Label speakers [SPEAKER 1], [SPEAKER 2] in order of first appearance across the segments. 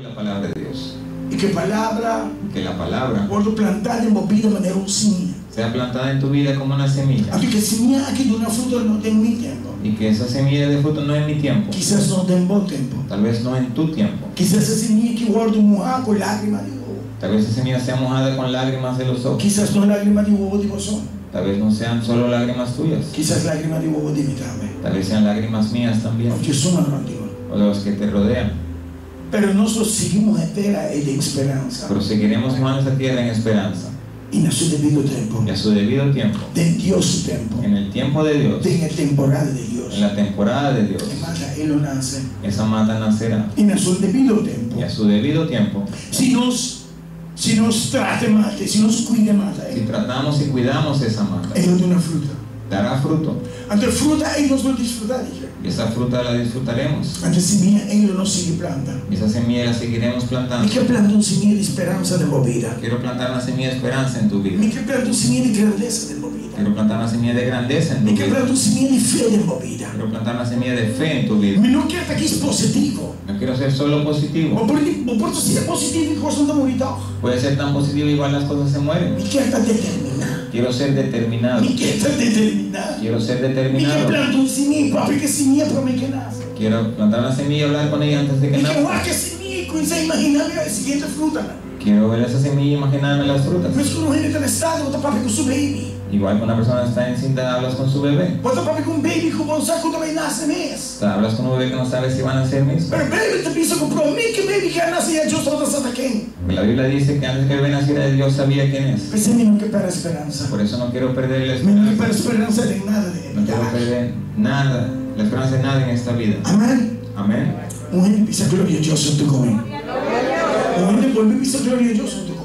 [SPEAKER 1] la palabra de Dios.
[SPEAKER 2] e que a palavra,
[SPEAKER 1] Que la palabra
[SPEAKER 2] quando plantada e movida, maneirãozinha.
[SPEAKER 1] sea plantada en tu vida como una semilla.
[SPEAKER 2] Aqui que semear aqui de uma fruta não tem muito tempo.
[SPEAKER 1] Y que esa semilla de fruto no en mi tiempo.
[SPEAKER 2] Quizás não tem bom tempo.
[SPEAKER 1] Tal vez no en tu tiempo.
[SPEAKER 2] Quizás a semeia que guarda um ar com lágrima de ouro.
[SPEAKER 1] Tal vez esa semilla sea mojada con lágrimas de los ojos.
[SPEAKER 2] Quizás não lágrima de ovo de você.
[SPEAKER 1] Tal vez no sean solo lágrimas tuyas.
[SPEAKER 2] Quizás lágrima de ovo de mim também.
[SPEAKER 1] Tal vez sean lágrimas mías también.
[SPEAKER 2] Porque somos contigo.
[SPEAKER 1] O de los que te rodean.
[SPEAKER 2] Pero nosotros seguimos en espera y de esperanza.
[SPEAKER 1] Pero seguiremos más esta tierra en esperanza.
[SPEAKER 2] Y en su debido tiempo.
[SPEAKER 1] Y a su debido tiempo.
[SPEAKER 2] De Dios su tiempo.
[SPEAKER 1] En el tiempo de Dios.
[SPEAKER 2] En la temporada de Dios.
[SPEAKER 1] En la temporada de Dios.
[SPEAKER 2] Hermana, Él lo nace.
[SPEAKER 1] Esa mata nacerá.
[SPEAKER 2] Y en su debido tiempo.
[SPEAKER 1] Y a su debido tiempo.
[SPEAKER 2] Si nos, si nos trate más, si nos cuida más,
[SPEAKER 1] Si
[SPEAKER 2] Él
[SPEAKER 1] tratamos y cuidamos esa mata.
[SPEAKER 2] Él nos da una fruta.
[SPEAKER 1] Dará fruto.
[SPEAKER 2] Ante fruta Él nos va a disfrutar. dije.
[SPEAKER 1] Y esa fruta la disfrutaremos.
[SPEAKER 2] Ante semilla Él nos sigue planta.
[SPEAKER 1] Y esa semilla la seguiremos
[SPEAKER 2] Y
[SPEAKER 1] plantando.
[SPEAKER 2] que planta un semilla de esperanza de movida.
[SPEAKER 1] Quiero plantar una semilla de esperanza en tu vida.
[SPEAKER 2] Y que planta un semilla de grandeza de movida.
[SPEAKER 1] Quiero plantar una semilla de grandeza en tu
[SPEAKER 2] Y que
[SPEAKER 1] vida.
[SPEAKER 2] planta un semilla de fe de movida.
[SPEAKER 1] Quiero plantar una semilla de fe en tu vida.
[SPEAKER 2] Mi no que hasta aquí es positivo.
[SPEAKER 1] No quiero ser solo positivo.
[SPEAKER 2] O porque, o porque se é positivo e gosta da humanidade.
[SPEAKER 1] Puede ser tan positivo igual las cosas se mueren.
[SPEAKER 2] Me quer estar determinado.
[SPEAKER 1] Quiero ser determinado.
[SPEAKER 2] Me quer estar determinado.
[SPEAKER 1] Quiero ser
[SPEAKER 2] Me quer
[SPEAKER 1] determinado.
[SPEAKER 2] plantar um sininho para que sininho para mim que nasce.
[SPEAKER 1] Quiero plantar una semilla y hablar con ella antes de que
[SPEAKER 2] Me quer
[SPEAKER 1] nazca.
[SPEAKER 2] guardar que sininho e começar a imaginar é a seguinte fruta. né?
[SPEAKER 1] Quiero ver esa semilla y imaginarme las frutas.
[SPEAKER 2] Mas quando ele está estrada, outra para com seu baby.
[SPEAKER 1] Igual cuando una persona está encinta, hablas con su bebé.
[SPEAKER 2] Outra para com um baby com o saco também nasce
[SPEAKER 1] O
[SPEAKER 2] mesmo.
[SPEAKER 1] sea, hablas con un bebé que no sabe si van a ser mismo.
[SPEAKER 2] Mas baby também se comprou mim que baby quer nascer e a Deus toda santa quem.
[SPEAKER 1] La Biblia dice que antes que el bebé naciera, Dios sabía quién es.
[SPEAKER 2] Pensei em não que pera esperança.
[SPEAKER 1] Por eso no quiero perder la
[SPEAKER 2] Menino que
[SPEAKER 1] esperanza.
[SPEAKER 2] pera esperança tem nada de
[SPEAKER 1] No quiero
[SPEAKER 2] verdade.
[SPEAKER 1] perder nada, la esperanza de nada en esta vida.
[SPEAKER 2] Amém?
[SPEAKER 1] Amén.
[SPEAKER 2] Un gente pisa gloria a Dios junto conmigo. Un gente vuelve pisa gloria a Dios junto conmigo.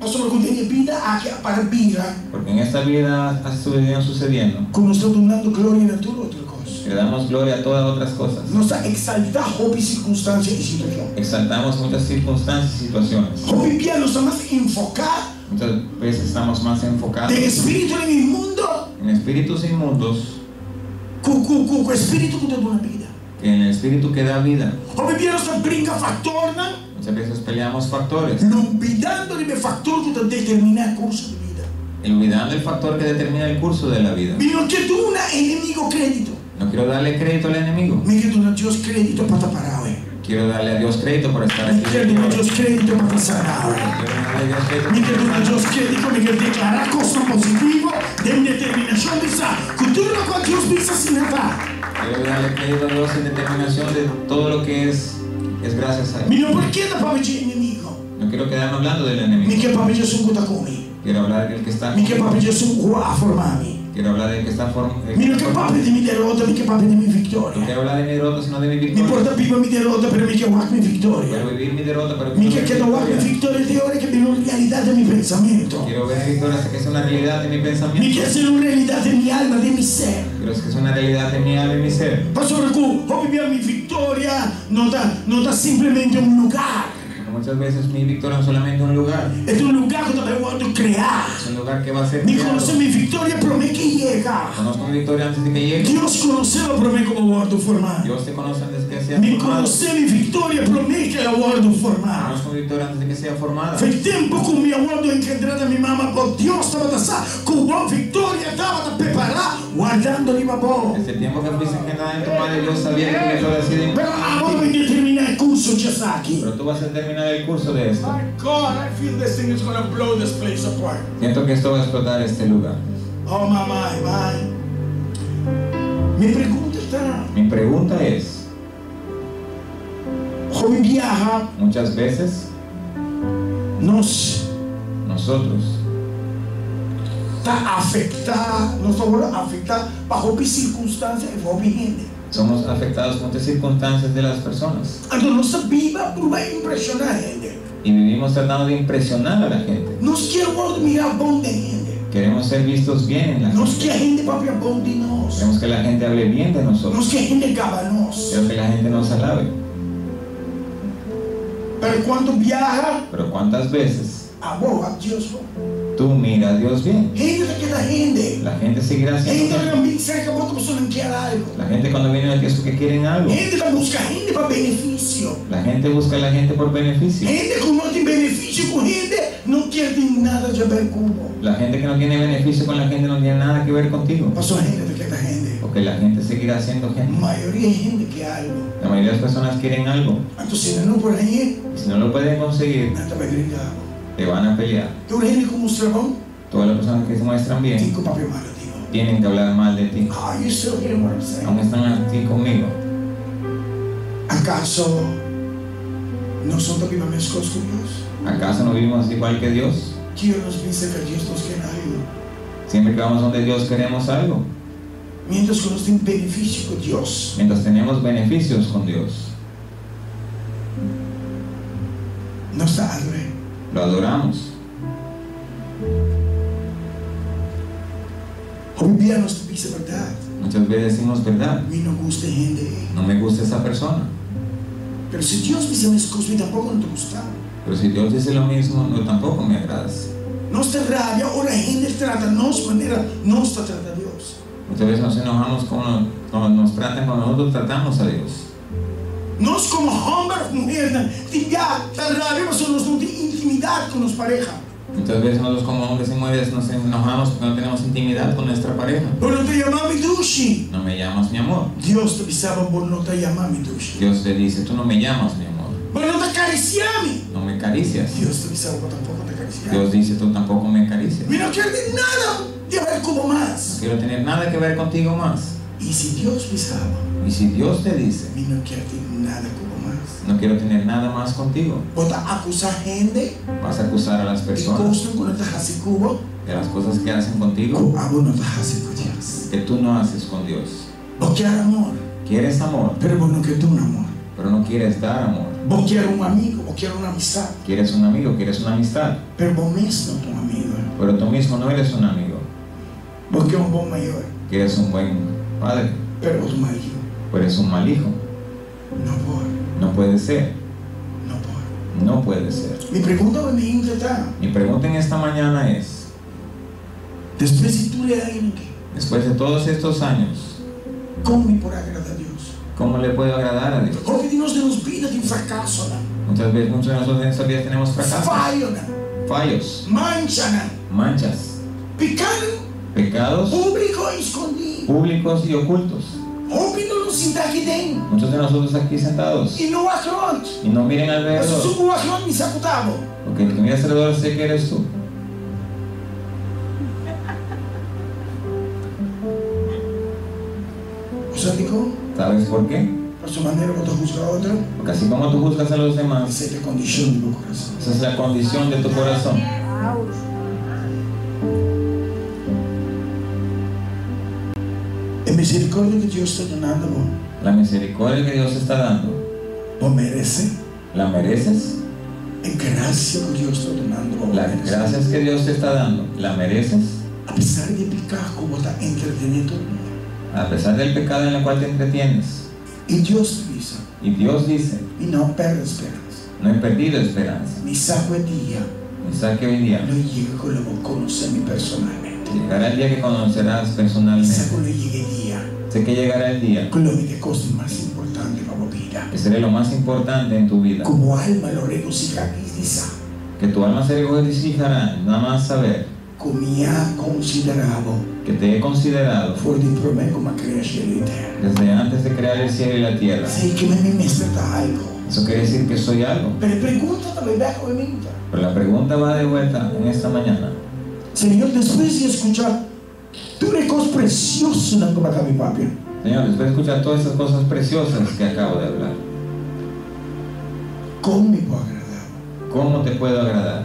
[SPEAKER 2] Pastor, porque tiene vida a que para vida,
[SPEAKER 1] Porque en esta vida ha sucedido sucediendo.
[SPEAKER 2] como está dando gloria a todo otro cosa.
[SPEAKER 1] Le damos gloria a todas otras cosas.
[SPEAKER 2] Nos da exaltar hobby, circunstancia y situación.
[SPEAKER 1] Exaltamos muchas circunstancias y situaciones.
[SPEAKER 2] Hobby bien nos da más enfocar
[SPEAKER 1] Muchas veces estamos más enfocados
[SPEAKER 2] de espíritu en el mundo
[SPEAKER 1] en espíritus inmundos
[SPEAKER 2] con, con, con, con espíritu que te da una vida.
[SPEAKER 1] que en el espíritu que da vida.
[SPEAKER 2] Hobby bien nos da brinca factor, ¿no?
[SPEAKER 1] Muchas veces peleamos factores,
[SPEAKER 2] olvidando el factor que te determina el curso de vida.
[SPEAKER 1] y olvidando el factor que determina el curso de la vida.
[SPEAKER 2] Vino que tú un enemigo crédito.
[SPEAKER 1] No quiero darle crédito al enemigo.
[SPEAKER 2] Me quedo a Dios crédito para tapar ahora.
[SPEAKER 1] Quiero darle a Dios crédito por estar aquí.
[SPEAKER 2] Me
[SPEAKER 1] Quiero
[SPEAKER 2] quedo a
[SPEAKER 1] darle
[SPEAKER 2] Dios crédito para pensar ahora.
[SPEAKER 1] a Dios crédito.
[SPEAKER 2] Me quedo a Dios crédito, me quedo declarar cosas positivas de mi determinación de esa. Con todo lo cual Dios piensa sin nada.
[SPEAKER 1] Quiero darle crédito a Eh, Dios en determinación de todo lo que es, es gracias a Él.
[SPEAKER 2] Mira, ¿por qué no para mi enemigo?
[SPEAKER 1] No quiero quedarme hablando del enemigo.
[SPEAKER 2] Me quedo para mi Dios un Kutakumi.
[SPEAKER 1] Quiero hablar del que está.
[SPEAKER 2] Me quedo para mi Dios un Guaformami.
[SPEAKER 1] Quiero hablar del que está form- el que
[SPEAKER 2] Mira, que
[SPEAKER 1] está-
[SPEAKER 2] papi de mi derrota, me quedo papi de mi
[SPEAKER 1] No
[SPEAKER 2] victoria.
[SPEAKER 1] quiero hablar de mi derrota, sino de mi
[SPEAKER 2] Me
[SPEAKER 1] victoria.
[SPEAKER 2] importa pipa mi derrota, pero me quedo mi victoria.
[SPEAKER 1] Quiero vivir mi derrota, pero
[SPEAKER 2] Me
[SPEAKER 1] quiero
[SPEAKER 2] quedo
[SPEAKER 1] vivir
[SPEAKER 2] que
[SPEAKER 1] mi
[SPEAKER 2] no mi
[SPEAKER 1] victoria.
[SPEAKER 2] victoria de ahora que es una realidad de mi pensamiento.
[SPEAKER 1] Quiero ver mi victoria hasta que sea una realidad de mi
[SPEAKER 2] Me
[SPEAKER 1] pensamiento.
[SPEAKER 2] quedo ser una realidad de mi alma, de mi ser.
[SPEAKER 1] Quiero que sea una realidad de mi alma y mi ser.
[SPEAKER 2] Pastor Q, hoy mi mi victoria no da, no da simplemente un lugar.
[SPEAKER 1] Porque muchas veces mi victoria no es solamente un lugar,
[SPEAKER 2] Es un lugar que también puedo crear.
[SPEAKER 1] es un lugar que va a ser.
[SPEAKER 2] Ni
[SPEAKER 1] creado.
[SPEAKER 2] conoce mi victoria, pero me que llega.
[SPEAKER 1] Conozco mi victoria antes de que llegue.
[SPEAKER 2] Dios conocerá por mí como guardo formar.
[SPEAKER 1] Dios te conoce antes de que sea
[SPEAKER 2] Me
[SPEAKER 1] formado.
[SPEAKER 2] conoce mi victoria, pero me que la guardo formar.
[SPEAKER 1] Conozco mi victoria antes de que sea formada.
[SPEAKER 2] Fue tiempo con mi abuelo engendrada mi mamá, por Dios estaba danzar, con buena victoria estaba preparada, guardando mi mamá.
[SPEAKER 1] Desde el tiempo que fuiste engendrada en tu madre, Dios sabía que tu victoria ha sido
[SPEAKER 2] Pero ahora me determina el curso Chasaki.
[SPEAKER 1] Pero tú vas a terminar el curso de esto.
[SPEAKER 2] My God, I feel this thing is gonna blow this place apart.
[SPEAKER 1] Siento que esto va a explotar este lugar.
[SPEAKER 2] Oh mamá, vai. Me pergunta está,
[SPEAKER 1] Mi pregunta es,
[SPEAKER 2] como viaja
[SPEAKER 1] muchas veces
[SPEAKER 2] nos
[SPEAKER 1] nosotros
[SPEAKER 2] está afectar, nos vamos a afectar bajo mis circunstancias e vou gente.
[SPEAKER 1] somos afectados por muchas circunstancias de las personas
[SPEAKER 2] Então nossa Bíblia por vai impressionar a gente.
[SPEAKER 1] y vivimos tratando de impresionar a la gente.
[SPEAKER 2] Nós queremos mirar bom de gente.
[SPEAKER 1] Queremos ser vistos bien en la
[SPEAKER 2] Nós
[SPEAKER 1] gente.
[SPEAKER 2] quer gente para bom de nós.
[SPEAKER 1] Queremos que la gente hable bien de nosotros.
[SPEAKER 2] Nós quer gente acaba nós.
[SPEAKER 1] Quiero que la gente nos alabe.
[SPEAKER 2] Pero quando viaja,
[SPEAKER 1] Pero ¿cuántas veces
[SPEAKER 2] a boa Deus.
[SPEAKER 1] tú mira a Dios bien.
[SPEAKER 2] Reina daquela renda.
[SPEAKER 1] La gente seguirá
[SPEAKER 2] Renda
[SPEAKER 1] haciendo.
[SPEAKER 2] da missa que a outra pessoa não quer algo.
[SPEAKER 1] La gente cuando viene aquí es porque quieren algo.
[SPEAKER 2] Renda da busca renda para benefício.
[SPEAKER 1] La gente busca a la gente por beneficio.
[SPEAKER 2] Renda que não tem benefício com renda, não quer ter nada de ver com o
[SPEAKER 1] La gente que no tiene beneficio con la gente no tiene nada que ver contigo.
[SPEAKER 2] Passou a renda daquela renda.
[SPEAKER 1] Porque la gente seguirá siendo
[SPEAKER 2] A
[SPEAKER 1] gente.
[SPEAKER 2] maioria é renda que algo.
[SPEAKER 1] La mayoría de las personas quieren algo.
[SPEAKER 2] Então se não por aí, é
[SPEAKER 1] Y si no lo pueden conseguir,
[SPEAKER 2] nada vai gringar.
[SPEAKER 1] te van a pelear.
[SPEAKER 2] Eu renda Então, como servão,
[SPEAKER 1] Todas las personas que se muestran bien
[SPEAKER 2] tem com papel maladinho.
[SPEAKER 1] tienen que hablar mal de ti.
[SPEAKER 2] Are you still hearing what I'm saying?
[SPEAKER 1] Aún están aquí conmigo.
[SPEAKER 2] ¿Acaso no son también las mismas cosas con Dios?
[SPEAKER 1] ¿Acaso no vivimos igual que Dios?
[SPEAKER 2] Que Dios nos piensa que Dios nos quiere algo.
[SPEAKER 1] Siempre que vamos donde Dios queremos algo.
[SPEAKER 2] Mientras que nos tiene beneficio con Dios.
[SPEAKER 1] Mientras tenemos beneficios con Dios,
[SPEAKER 2] Nos salve.
[SPEAKER 1] lo adoramos.
[SPEAKER 2] Hoy día nos dice verdad.
[SPEAKER 1] Muchas veces decimos verdad.
[SPEAKER 2] A mí no gusta gente.
[SPEAKER 1] No me gusta esa persona.
[SPEAKER 2] Pero si Dios dice mis cosas y tampoco no te gusta.
[SPEAKER 1] Pero si Dios dice lo mismo, no tampoco me agradas.
[SPEAKER 2] Nos te rabia. Ahora gente trata nos manera. Nos te trata Dios.
[SPEAKER 1] Muchas veces nos enojamos como nos, como nos tratan cuando nosotros tratamos a Dios.
[SPEAKER 2] Nos como hombre o mujer. Te ya, te rabia. Pero nos no tiene intimidad con nos pareja.
[SPEAKER 1] Muchas veces nosotros como hombres y mujeres nos enojamos porque no tenemos intimidad con nuestra pareja.
[SPEAKER 2] Pero no te llamaba mi dushi.
[SPEAKER 1] No me llamas mi amor.
[SPEAKER 2] Dios te avisaba por no te llamaba mi dushi.
[SPEAKER 1] Dios te dice, tú no me llamas mi amor.
[SPEAKER 2] Pero no te acariciame.
[SPEAKER 1] No me acaricias.
[SPEAKER 2] Dios te avisaba pero tampoco te acariciame.
[SPEAKER 1] Dios dice, tú tampoco me acaricias.
[SPEAKER 2] Y no quiero tener nada de ver como
[SPEAKER 1] No
[SPEAKER 2] más.
[SPEAKER 1] quiero tener nada que ver contigo más.
[SPEAKER 2] Y si Dios pisaba,
[SPEAKER 1] Y si Dios te dice,
[SPEAKER 2] mí no quiero tener nada como más.
[SPEAKER 1] no quiero tener nada más contigo,
[SPEAKER 2] O te acusa gente
[SPEAKER 1] vas a acusar a las
[SPEAKER 2] y
[SPEAKER 1] personas
[SPEAKER 2] cosas que no te hace cubo,
[SPEAKER 1] de las cosas que hacen contigo
[SPEAKER 2] o algo no te hace con Dios.
[SPEAKER 1] que tú no haces con Dios.
[SPEAKER 2] Vos quieres amor,
[SPEAKER 1] Quieres amor,
[SPEAKER 2] pero vos no quieres un amor.
[SPEAKER 1] pero no quieres dar amor.
[SPEAKER 2] Vos quieres un amigo, vos quieres una amistad,
[SPEAKER 1] Quieres un amigo, quieres una amistad,
[SPEAKER 2] pero vos mismo no tu amigo. ¿eh?
[SPEAKER 1] pero tú mismo no eres un amigo.
[SPEAKER 2] Vos quieres un buen mayor,
[SPEAKER 1] Quieres un buen padre,
[SPEAKER 2] pero vos mal hijo.
[SPEAKER 1] pero eres un mal hijo.
[SPEAKER 2] No por,
[SPEAKER 1] No puede ser,
[SPEAKER 2] no por.
[SPEAKER 1] no puede ser.
[SPEAKER 2] Mi pregunta es mi inquieta.
[SPEAKER 1] Mi pregunta en esta mañana es,
[SPEAKER 2] Después si tú le alguien que
[SPEAKER 1] Después de todos estos años,
[SPEAKER 2] come por agradar a Dios.
[SPEAKER 1] ¿cómo le puedo agradar a Dios?
[SPEAKER 2] Porque Dios de nos vida de fracaso, ¿no?
[SPEAKER 1] Muchas veces, muchos de nosotros en esta vida tenemos fracasos,
[SPEAKER 2] fallo, ¿no?
[SPEAKER 1] fallos,
[SPEAKER 2] mancha, ¿no?
[SPEAKER 1] manchas,
[SPEAKER 2] pecado
[SPEAKER 1] pecados
[SPEAKER 2] público e escondido.
[SPEAKER 1] públicos y ocultos.
[SPEAKER 2] Homem não nos sinta aqui dentro.
[SPEAKER 1] Muchos de nosotros aquí sentados
[SPEAKER 2] E não acronte.
[SPEAKER 1] y no miren
[SPEAKER 2] Eu
[SPEAKER 1] alrededor,
[SPEAKER 2] subo o acronte me sacudava.
[SPEAKER 1] porque el que mira alrededor sé que eres tú.
[SPEAKER 2] O sático,
[SPEAKER 1] ¿Sabes por qué?
[SPEAKER 2] a sua maneira, outra juzga a outra.
[SPEAKER 1] Porque así como tú juzgas a los demás,
[SPEAKER 2] Essa é a condição do meu coração.
[SPEAKER 1] esa es la condición de tu corazón.
[SPEAKER 2] A misericórdia que Deus está dando, bom,
[SPEAKER 1] La misericordia que Dios está dando,
[SPEAKER 2] bom merece.
[SPEAKER 1] ¿la mereces?
[SPEAKER 2] A graça que Deus está dando, bom
[SPEAKER 1] Las
[SPEAKER 2] merece.
[SPEAKER 1] gracias que Dios te está dando, ¿la mereces?
[SPEAKER 2] Apesar de pecar, como está entretenido,
[SPEAKER 1] A pesar del pecado en el cual te entretienes.
[SPEAKER 2] e Deus te diz,
[SPEAKER 1] Y Dios dice,
[SPEAKER 2] e não perde esperança.
[SPEAKER 1] No he perdido esperanza.
[SPEAKER 2] Me saco é dia,
[SPEAKER 1] Quizá que hoy día
[SPEAKER 2] não chega que eu vou conhecer-me personalmente.
[SPEAKER 1] llegará el día que conocerás
[SPEAKER 2] Me
[SPEAKER 1] personalmente.
[SPEAKER 2] saco não chega dia.
[SPEAKER 1] Sé que llegará el día
[SPEAKER 2] Quello che è cosa más importante para la vida.
[SPEAKER 1] que seré lo más importante en tu vida.
[SPEAKER 2] Como alma lo regocijadiza,
[SPEAKER 1] Que tu alma se regocijará en nada más saber
[SPEAKER 2] come mi ha considerato
[SPEAKER 1] que te he considerado
[SPEAKER 2] fuori di me come crescere l'Eterno.
[SPEAKER 1] desde antes de crear el cielo y la tierra.
[SPEAKER 2] Sei che me mi stata algo.
[SPEAKER 1] Eso quiere decir que soy algo.
[SPEAKER 2] Pero pregunta también vea come minta.
[SPEAKER 1] Pero la pregunta va de vuelta en esta mañana.
[SPEAKER 2] Señor, después de escuchar tu cosa preciosa en la capi papi,
[SPEAKER 1] Señor, después de escuchar todas estas cosas preciosas que acabo de hablar,
[SPEAKER 2] ¿cómo me puedo agradar?
[SPEAKER 1] ¿cómo te puedo agradar?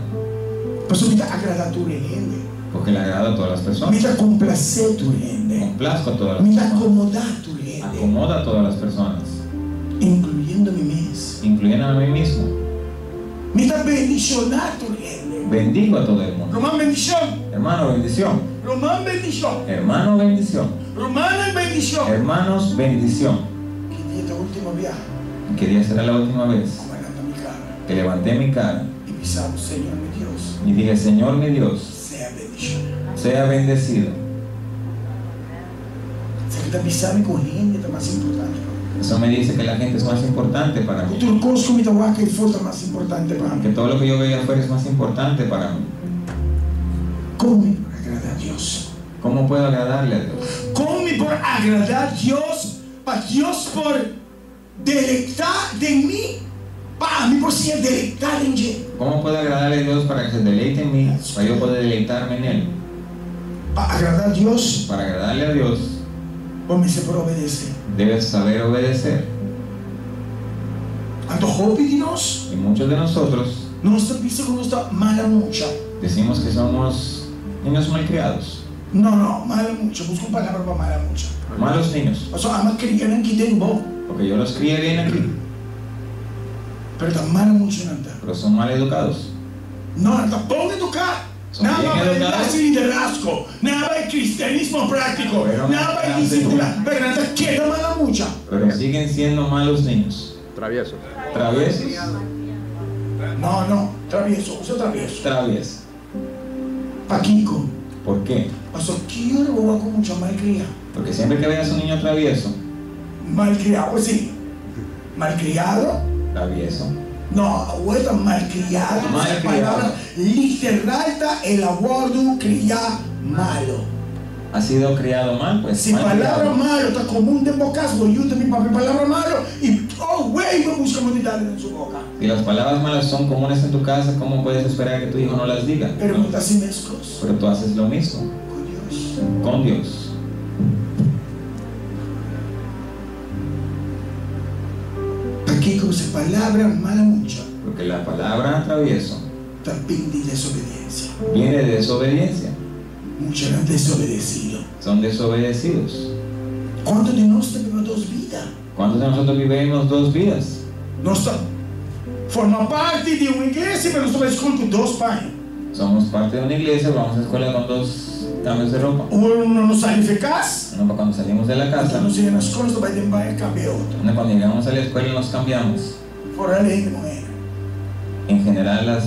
[SPEAKER 2] Paso mi agradar a tu gente.
[SPEAKER 1] Porque le agrado a todas las
[SPEAKER 2] Me
[SPEAKER 1] personas.
[SPEAKER 2] da complacer tu gente.
[SPEAKER 1] Complazco a todas las
[SPEAKER 2] Me da
[SPEAKER 1] personas.
[SPEAKER 2] acomodar tu gente.
[SPEAKER 1] Acomoda a todas las personas,
[SPEAKER 2] Incluyendo mi mes.
[SPEAKER 1] incluyendo a mí mismo.
[SPEAKER 2] Me da bendicionar tu gente.
[SPEAKER 1] Bendigo a todo el mundo.
[SPEAKER 2] Román bendición,
[SPEAKER 1] Hermano, bendición.
[SPEAKER 2] Román bendición,
[SPEAKER 1] Hermano, bendición.
[SPEAKER 2] Román bendición.
[SPEAKER 1] Hermanos, bendición.
[SPEAKER 2] Que día este último viaje,
[SPEAKER 1] Que día será la última vez
[SPEAKER 2] comandante mi cara,
[SPEAKER 1] que levanté mi cara
[SPEAKER 2] y pisamos, Señor mi Dios,
[SPEAKER 1] y dije, Señor mi Dios,
[SPEAKER 2] sea bênção.
[SPEAKER 1] sea bendecido.
[SPEAKER 2] Você que está pisando com gente, está mais importante.
[SPEAKER 1] Eso me dice que la gente es más importante para
[SPEAKER 2] O
[SPEAKER 1] mí.
[SPEAKER 2] teu curso me dá o que for, está mais importante para
[SPEAKER 1] Que
[SPEAKER 2] mim.
[SPEAKER 1] todo lo que yo veía afuera es más importante para mí.
[SPEAKER 2] Come por agradar a Deus.
[SPEAKER 1] ¿Cómo puedo agradarle a Dios?
[SPEAKER 2] Come por agradar a Deus, para Deus por deleitar de mim, para mim por ser deleitar em Deus.
[SPEAKER 1] ¿Cómo puedo agradarle a Dios para que se deleite en mí? Para yo poder deleitarme en Él.
[SPEAKER 2] Para agradar a Deus,
[SPEAKER 1] Para agradarle a Dios,
[SPEAKER 2] comece por obedecer.
[SPEAKER 1] debes saber obedecer.
[SPEAKER 2] Ando hobby de nós,
[SPEAKER 1] Y muchos de nosotros
[SPEAKER 2] nós também como está mala mucha.
[SPEAKER 1] decimos que somos niños malcriados,
[SPEAKER 2] Não, não, mala mucha. Busca uma palavra para mala mucha.
[SPEAKER 1] malos niños.
[SPEAKER 2] Mas a uma criança que tem bom,
[SPEAKER 1] Porque yo los crié bien aquí,
[SPEAKER 2] pero está mala mucha não está.
[SPEAKER 1] pero son mal educados.
[SPEAKER 2] No, tampoco educar.
[SPEAKER 1] Son
[SPEAKER 2] Nada
[SPEAKER 1] bien
[SPEAKER 2] más de
[SPEAKER 1] educados.
[SPEAKER 2] liderazgo, nada de cristianismo práctico,
[SPEAKER 1] Pero
[SPEAKER 2] nada de
[SPEAKER 1] no
[SPEAKER 2] disciplina. Pero nada queda mala mucha.
[SPEAKER 1] Pero siguen siendo malos niños.
[SPEAKER 3] Travieso.
[SPEAKER 1] Traviesos,
[SPEAKER 2] No, no, travieso, usa travieso.
[SPEAKER 1] travies.
[SPEAKER 2] Paquico,
[SPEAKER 1] ¿Por qué?
[SPEAKER 2] pasó que yo le voy a con mucha malcriada.
[SPEAKER 1] Porque siempre que veas un niño travieso,
[SPEAKER 2] Malcriado, pues sí. Malcriado,
[SPEAKER 1] travieso,
[SPEAKER 2] no, abuela, malcriado.
[SPEAKER 1] Malcriado.
[SPEAKER 2] Esa palabra literal está el abordo criar malo.
[SPEAKER 1] ha sido criado mal, pues
[SPEAKER 2] Si
[SPEAKER 1] mal
[SPEAKER 2] palabra
[SPEAKER 1] criado.
[SPEAKER 2] malo está común de bocas, voy yo de mi papel palabra malo y oh güey me busca monetarios en su boca.
[SPEAKER 1] Si las palabras malas son comunes en tu casa, ¿cómo puedes esperar que tu hijo no las diga?
[SPEAKER 2] Pergunta si mezclos
[SPEAKER 1] Pero tú haces lo mismo
[SPEAKER 2] con
[SPEAKER 1] con
[SPEAKER 2] Oh, Dios.
[SPEAKER 1] Dios.
[SPEAKER 2] Aquí como se palabra mala mucha,
[SPEAKER 1] Porque la palabra travieso
[SPEAKER 2] también de desobediencia.
[SPEAKER 1] viene de desobediencia.
[SPEAKER 2] Muchos han desobedecido.
[SPEAKER 1] Son desobedecidos.
[SPEAKER 2] ¿Cuántos de nosotros tenemos dos vidas?
[SPEAKER 1] ¿Cuántos de nosotros vivimos dos vidas?
[SPEAKER 2] Nosotros forma parte de um una iglesia, pero nosotros escuchamos con dos panes.
[SPEAKER 1] Somos parte de una iglesia, vamos a escuela con dos cambios de ropa.
[SPEAKER 2] Uno no sale eficaz,
[SPEAKER 1] Uno para cuando salimos de la casa,
[SPEAKER 2] hasta no siguen las cosas, va a ir a cambiar otro.
[SPEAKER 1] uno cuando llegamos a la escuela nos cambiamos.
[SPEAKER 2] Por la ley de mujer.
[SPEAKER 1] En general las,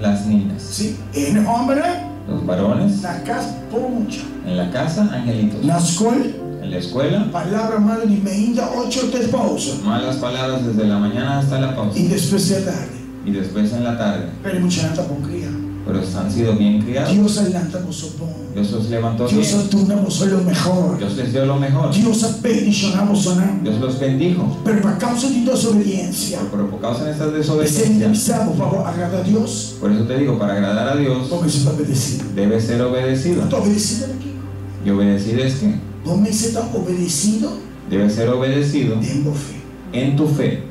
[SPEAKER 1] las niñas.
[SPEAKER 2] Sí, en hombre,
[SPEAKER 1] Los varones
[SPEAKER 2] la né? casa por mucha.
[SPEAKER 1] en la casa, angelitos.
[SPEAKER 2] Na escola,
[SPEAKER 1] En la escuela,
[SPEAKER 2] palavra mala de meia-da, oito até pausa.
[SPEAKER 1] malas palabras desde la mañana hasta la pausa.
[SPEAKER 2] E depois é tarde.
[SPEAKER 1] Y después en la tarde.
[SPEAKER 2] Pero mucha gente bom cria.
[SPEAKER 1] Pero han sido bien criados.
[SPEAKER 2] Deus adianta vos o bom.
[SPEAKER 1] Dios los levantó bien.
[SPEAKER 2] Deus atuna vos o melhor.
[SPEAKER 1] Dios les dio lo mejor.
[SPEAKER 2] Deus abençoa vos o não.
[SPEAKER 1] Dios los bendijo.
[SPEAKER 2] Pero por causa de desobediência,
[SPEAKER 1] Pero por causa de estas
[SPEAKER 2] você ainda
[SPEAKER 1] desobediencias,
[SPEAKER 2] precisava, por favor, agradar a Deus.
[SPEAKER 1] por eso te digo, para agradar a Dios,
[SPEAKER 2] Comece a obedecer.
[SPEAKER 1] debe ser obedecido.
[SPEAKER 2] Está obedecido aqui.
[SPEAKER 1] Y obedecido es que
[SPEAKER 2] Comece a estar obedecido
[SPEAKER 1] debe ser obedecido
[SPEAKER 2] em fé.
[SPEAKER 1] en tu fe.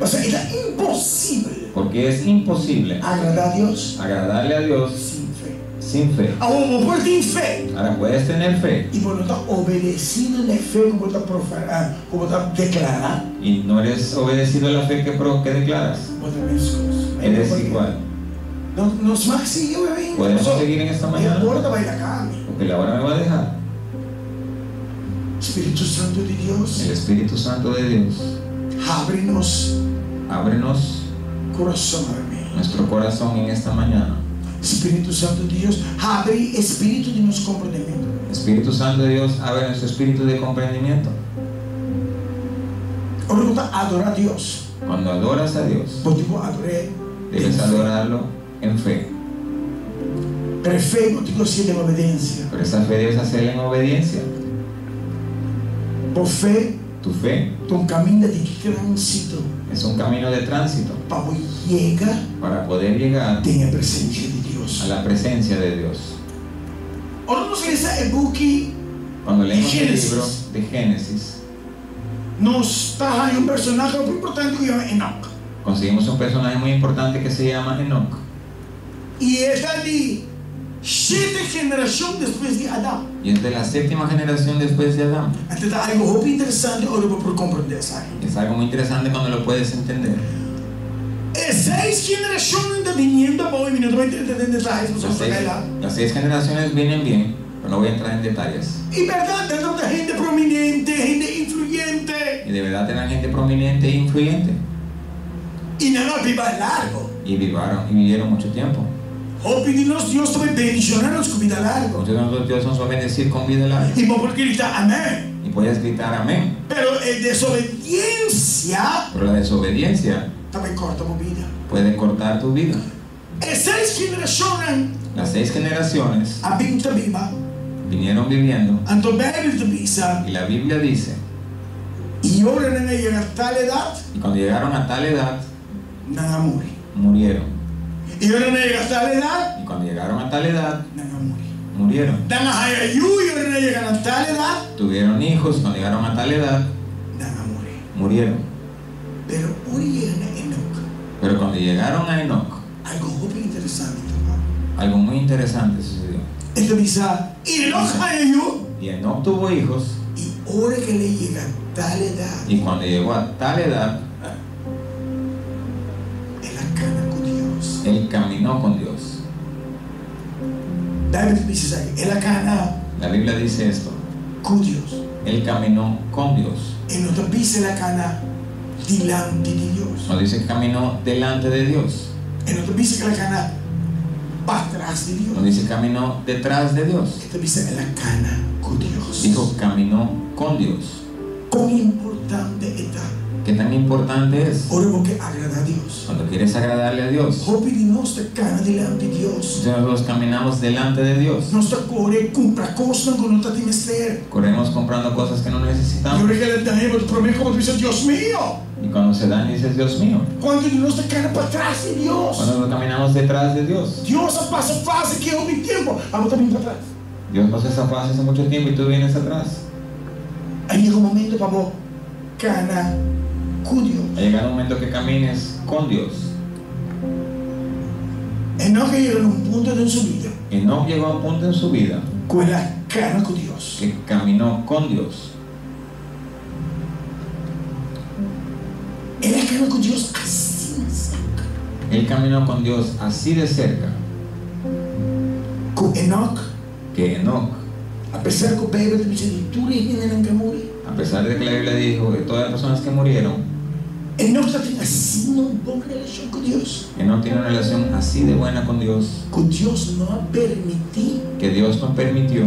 [SPEAKER 2] Mas é impossível
[SPEAKER 1] Porque es imposible
[SPEAKER 2] agradar a Deus
[SPEAKER 1] agradarle a Dios
[SPEAKER 2] sem fé.
[SPEAKER 1] sin fe.
[SPEAKER 2] Agora, por ter fé,
[SPEAKER 1] Ahora puedes tener fe
[SPEAKER 2] y por lo tanto obedecido en la fe como está, profanar, como está declarando.
[SPEAKER 1] y no eres obedecido a la fe que, pro- que declaras. Eres igual.
[SPEAKER 2] No, nos más sigue, bebé.
[SPEAKER 1] Podemos
[SPEAKER 2] Nosotros-
[SPEAKER 1] seguir en esta
[SPEAKER 2] No
[SPEAKER 1] mañana.
[SPEAKER 2] importa bailar carne.
[SPEAKER 1] Porque la hora me va a dejar.
[SPEAKER 2] Espíritu Santo de Dios,
[SPEAKER 1] El Espíritu Santo de Dios,
[SPEAKER 2] ábrenos
[SPEAKER 1] ábrenos
[SPEAKER 2] corazón, bebé.
[SPEAKER 1] nuestro corazón en esta mañana.
[SPEAKER 2] Espíritu Santo de Dios, abre espíritu de nos comprendimiento.
[SPEAKER 1] Espíritu Santo de Dios, abre nuestro espíritu de comprendimiento.
[SPEAKER 2] Ahora está adorar a Dios.
[SPEAKER 1] Cuando adoras a Dios,
[SPEAKER 2] Contigo adoré.
[SPEAKER 1] debes adorarlo en fe.
[SPEAKER 2] Pero fe contigo sigue en obediencia.
[SPEAKER 1] Pero esa fe debes hacerla en obediencia.
[SPEAKER 2] Por fe,
[SPEAKER 1] Tu fe
[SPEAKER 2] tu camino de tránsito.
[SPEAKER 1] es un camino de tránsito
[SPEAKER 2] Para hoy llega,
[SPEAKER 1] para poder llegar
[SPEAKER 2] tenga presencia de Dios.
[SPEAKER 1] a la presencia de Dios.
[SPEAKER 2] Ahora nos regresa el buki,
[SPEAKER 1] Cuando leemos el
[SPEAKER 2] Génesis.
[SPEAKER 1] libro de Génesis,
[SPEAKER 2] nos trae un personaje muy importante que se llama Enoch.
[SPEAKER 1] conseguimos un personaje muy importante que se llama Enoch.
[SPEAKER 2] Y está de siete generaciones después de Adán.
[SPEAKER 1] Y es de la séptima generación después de Adán.
[SPEAKER 2] Entonces algo muy interesante ahora voy por comprender, ¿sabe?
[SPEAKER 1] Es algo muy interesante cuando lo puedes entender.
[SPEAKER 2] Es seis generaciones de viniendo voy, minuto 20, de detalles, no
[SPEAKER 1] Las
[SPEAKER 2] sé
[SPEAKER 1] seis,
[SPEAKER 2] qué
[SPEAKER 1] las seis generaciones vienen bien, pero no voy a entrar en detalles.
[SPEAKER 2] Y verdad, dentro de gente prominente, gente influyente.
[SPEAKER 1] Y de verdad eran gente prominente e influyente.
[SPEAKER 2] Y nada, viva largo.
[SPEAKER 1] Y vivieron, y vivieron mucho tiempo.
[SPEAKER 2] Obedinos Dios to me bendicionaron con vida larga.
[SPEAKER 1] Entonces nosotros Dios nos va a bendecir con vida larga.
[SPEAKER 2] Y vos porque grita amén.
[SPEAKER 1] Y puedes gritar amén.
[SPEAKER 2] Pero en desobediencia
[SPEAKER 1] Pero la desobediencia
[SPEAKER 2] también corta mi vida.
[SPEAKER 1] puede cortar tu vida.
[SPEAKER 2] E seis generaciones
[SPEAKER 1] Las seis generaciones
[SPEAKER 2] a vinta viva,
[SPEAKER 1] vinieron viviendo
[SPEAKER 2] andò bene il divisa
[SPEAKER 1] y la Biblia dice,
[SPEAKER 2] e ora non è a tale età,
[SPEAKER 1] y cuando llegaron a tal edad,
[SPEAKER 2] non amore.
[SPEAKER 1] murieron.
[SPEAKER 2] E ora non è a tale età,
[SPEAKER 1] Y cuando llegaron a tal edad,
[SPEAKER 2] non amore.
[SPEAKER 1] murieron.
[SPEAKER 2] Dan a Hayayu e ora non è a tale età,
[SPEAKER 1] Tuvieron hijos, cuando llegaron a tal edad,
[SPEAKER 2] non amore.
[SPEAKER 1] murieron.
[SPEAKER 2] Però ora è Enoch.
[SPEAKER 1] Pero cuando llegaron a Enoch,
[SPEAKER 2] Algo molto interessante. no?
[SPEAKER 1] algo muy interesante sucedió.
[SPEAKER 2] E tu pensa, Enoch Hayayu,
[SPEAKER 1] Y Enoch tuvo hijos,
[SPEAKER 2] e ora che lei llega a tale età,
[SPEAKER 1] y cuando llegó a tal edad,
[SPEAKER 2] è la cana con Dio.
[SPEAKER 1] él caminó con Dios.
[SPEAKER 2] David dice, sai, è la cana
[SPEAKER 1] La Biblia dice esto,
[SPEAKER 2] con Dio.
[SPEAKER 1] él caminó con Dios.
[SPEAKER 2] E non ti dice la cana dilante di Dio.
[SPEAKER 1] Nos dice que caminó delante de Dios.
[SPEAKER 2] E non ti dice che la cana va atrás di Dio.
[SPEAKER 1] Nos dice que caminó detrás de Dios.
[SPEAKER 2] Esta dice la cana con Dios.
[SPEAKER 1] Dijo, caminó con Dios.
[SPEAKER 2] Cuán importante está.
[SPEAKER 1] ¿Qué tan importante es?
[SPEAKER 2] Ora porque agrada a Dios.
[SPEAKER 1] Cuando quieres agradarle a Dios.
[SPEAKER 2] Hobby di nostra cana delante di Dios.
[SPEAKER 1] Entonces nosotros caminamos delante de Dios.
[SPEAKER 2] Nostra cuore compra cosa con nota di mestiere.
[SPEAKER 1] Corremos comprando cosas que no
[SPEAKER 2] Io
[SPEAKER 1] necesitamos.
[SPEAKER 2] regalo da Evo il prometto come dice Dios mio.
[SPEAKER 1] Y cuando se dan, dices, Dios mío.
[SPEAKER 2] Quando di nostra cana para atrás di Dios.
[SPEAKER 1] Cuando nosotros caminamos detrás de Dios.
[SPEAKER 2] Dios passa fase que eu me tempo. A volta para atrás.
[SPEAKER 1] Dios pasó esa fase hace mucho tiempo y tú vienes atrás.
[SPEAKER 2] Aí chega um momento para vos. Cana con Dios.
[SPEAKER 1] Ha llegado un momento que camines con Dios.
[SPEAKER 2] E não que llega a un punto de sua vida.
[SPEAKER 1] Enoch llegó a un punto en su vida
[SPEAKER 2] Con la cana con Dios.
[SPEAKER 1] que caminó con Dios.
[SPEAKER 2] É la cana con Dios assim.
[SPEAKER 1] Él caminó con Dios así de cerca
[SPEAKER 2] Com Enoch.
[SPEAKER 1] que Enoch,
[SPEAKER 2] A pesar que o Pedro dice, tú eres quien era que muere.
[SPEAKER 1] a pesar de que la Biblia dijo que todas las personas que murieron,
[SPEAKER 2] Él no está haciendo una buena relación con Dios.
[SPEAKER 1] Enoch tiene una relación así de buena con Dios
[SPEAKER 2] Con Dios no ha permitido
[SPEAKER 1] que Dios no permitió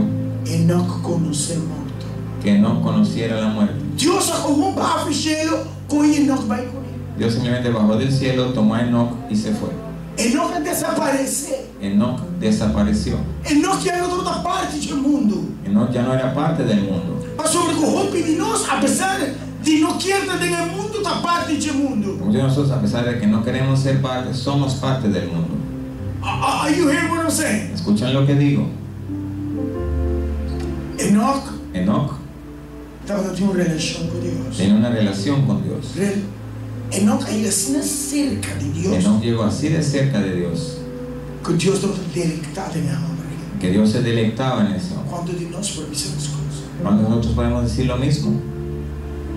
[SPEAKER 2] Enoch conocer muerto.
[SPEAKER 1] que Enoch conociera la muerte.
[SPEAKER 2] Dios arrojó un bajo el cielo con Enoch va con él.
[SPEAKER 1] Dios simplemente bajó del cielo, tomó a Enoch y se fue.
[SPEAKER 2] Enoch desaparece.
[SPEAKER 1] Enoch desapareció.
[SPEAKER 2] Enoch ya en otra parte del mundo.
[SPEAKER 1] Enoch ya no era parte del mundo.
[SPEAKER 2] Pasó el cojope de nos, a pesar de no querer en el mundo, otra parte del mundo.
[SPEAKER 1] Muchos de nosotros, a pesar de que no queremos ser parte, somos parte del mundo.
[SPEAKER 2] Ah, Are are you hearing what I'm saying?
[SPEAKER 1] Escuchan lo que digo.
[SPEAKER 2] Enoch
[SPEAKER 1] Enoch
[SPEAKER 2] estaba teniendo una relación con Dios.
[SPEAKER 1] tiene una relación con Dios.
[SPEAKER 2] Real. Enoch ahí así cerca de Dios.
[SPEAKER 1] Enoch llegó así de cerca de Dios,
[SPEAKER 2] que Dios nos delecta en el hombre.
[SPEAKER 1] que Dios se deleitaba en eso.
[SPEAKER 2] Cuando Dios nos permite las cosas.
[SPEAKER 1] Cuando nosotros podemos decir lo mismo,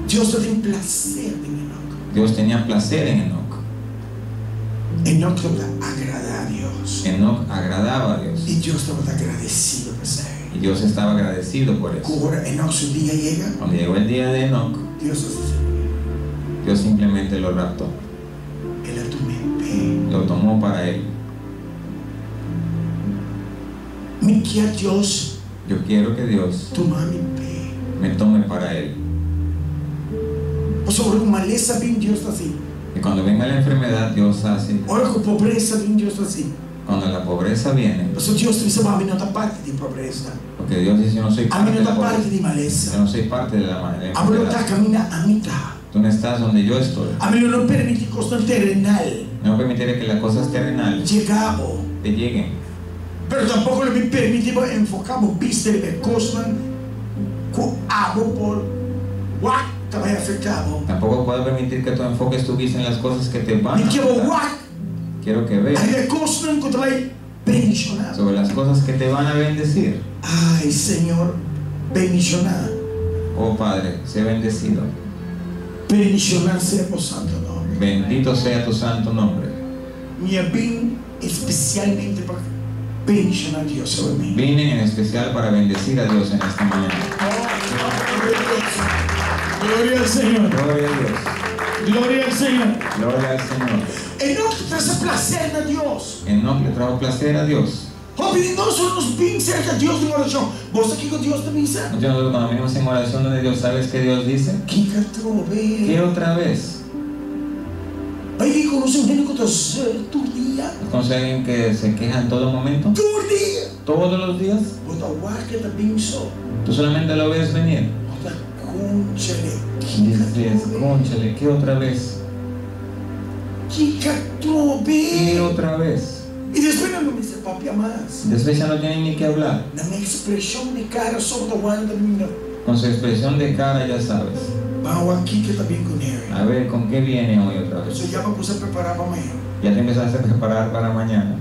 [SPEAKER 2] Dios nos tiene placer en Enoch.
[SPEAKER 1] Dios tenía placer en Enoch.
[SPEAKER 2] Enoch nos agrada a Dios.
[SPEAKER 1] Enoch agradaba a Dios
[SPEAKER 2] Y Dios nos agradecido por ser.
[SPEAKER 1] y Dios estaba agradecido por eso.
[SPEAKER 2] Ahora Enoch su día llega,
[SPEAKER 1] Cuando llegó el día de Enoch,
[SPEAKER 2] Dios nos
[SPEAKER 1] Dios simplemente lo raptó,
[SPEAKER 2] Él a tu mente.
[SPEAKER 1] lo tomó para él.
[SPEAKER 2] Mi que Dios
[SPEAKER 1] Yo quiero que Dios
[SPEAKER 2] toma mi pe.
[SPEAKER 1] me tome para él.
[SPEAKER 2] Por sobre con maleza bien Dios está así.
[SPEAKER 1] Y cuando venga la enfermedad, Dios hace.
[SPEAKER 2] Ahora con pobreza bien Dios está así.
[SPEAKER 1] Cuando la pobreza viene,
[SPEAKER 2] Por eso Dios te dice, a mí no está parte de pobreza.
[SPEAKER 1] porque Dios dice, yo no soy
[SPEAKER 2] A mí
[SPEAKER 1] parte
[SPEAKER 2] no
[SPEAKER 1] de la
[SPEAKER 2] está parte
[SPEAKER 1] pobreza.
[SPEAKER 2] de
[SPEAKER 1] Yo
[SPEAKER 2] maleza.
[SPEAKER 1] no soy parte de la ma- de la
[SPEAKER 2] A mí no está
[SPEAKER 1] enfermedad.
[SPEAKER 2] camina a mitad.
[SPEAKER 1] Tú no estás donde yo estoy.
[SPEAKER 2] A mí no permite cosas terrenal.
[SPEAKER 1] No permitiré que las cosas terrenales
[SPEAKER 2] llegamos,
[SPEAKER 1] te lleguen.
[SPEAKER 2] pero tampoco le permitimos enfocamos viste de cosas que hago por what te va a afectar
[SPEAKER 1] Tampoco puedo permitir que tu enfoque estuviese en las cosas que te van a
[SPEAKER 2] y que vos
[SPEAKER 1] afectar.
[SPEAKER 2] what
[SPEAKER 1] Quiero que veas
[SPEAKER 2] hay de cosas que te va a bendicionar
[SPEAKER 1] sobre las cosas que te van a bendecir.
[SPEAKER 2] ay Señor bendicionar
[SPEAKER 1] Oh Padre, sé bendecido.
[SPEAKER 2] bendicionar sea por santo nombre
[SPEAKER 1] Bendito sea tu santo nombre.
[SPEAKER 2] mi bien especialmente para bendicionar a Dios sobre mí
[SPEAKER 1] Vine en especial para bendecir a Dios en esta mañana.
[SPEAKER 2] Oh, oh, oh, gloria al Señor
[SPEAKER 1] Gloria a Dios.
[SPEAKER 2] Gloria al Señor.
[SPEAKER 1] Gloria al Señor.
[SPEAKER 2] Enoch trajo placer a Dios.
[SPEAKER 1] Enoch le trajo placer a Deus.
[SPEAKER 2] Obedecemos nos bem cerca a Deus numa oração. Você aqui com Deus também sabe.
[SPEAKER 1] Entonces, cuando venimos en oración donde Dios, ¿sabes qué Dios dice?
[SPEAKER 2] Que cantou bem.
[SPEAKER 1] Que otra vez?
[SPEAKER 2] Aí com o seu reino com Deus. Turdia.
[SPEAKER 1] Entonces, alguien que se queja en todo momento,
[SPEAKER 2] Turdia.
[SPEAKER 1] todos los días,
[SPEAKER 2] Quando a guarda da benção.
[SPEAKER 1] tú solamente lo ves venir.
[SPEAKER 2] Quando a concha
[SPEAKER 1] Y dices, cónchale, que otra vez?
[SPEAKER 2] Que cantou
[SPEAKER 1] Que
[SPEAKER 2] bem.
[SPEAKER 1] otra vez?
[SPEAKER 2] E depois não me disse papi mais.
[SPEAKER 1] Después ya no tienen ni que hablar.
[SPEAKER 2] Na minha expressão de cara sobre a guarda da minha.
[SPEAKER 1] Con su expresión de cara ya sabes.
[SPEAKER 2] Mal aqui que também com ele.
[SPEAKER 1] A ver, ¿con qué viene hoy otra
[SPEAKER 2] Você
[SPEAKER 1] vez?
[SPEAKER 2] já vai começar a preparar para amanhã.
[SPEAKER 1] Ya te empezaste a preparar para mañana.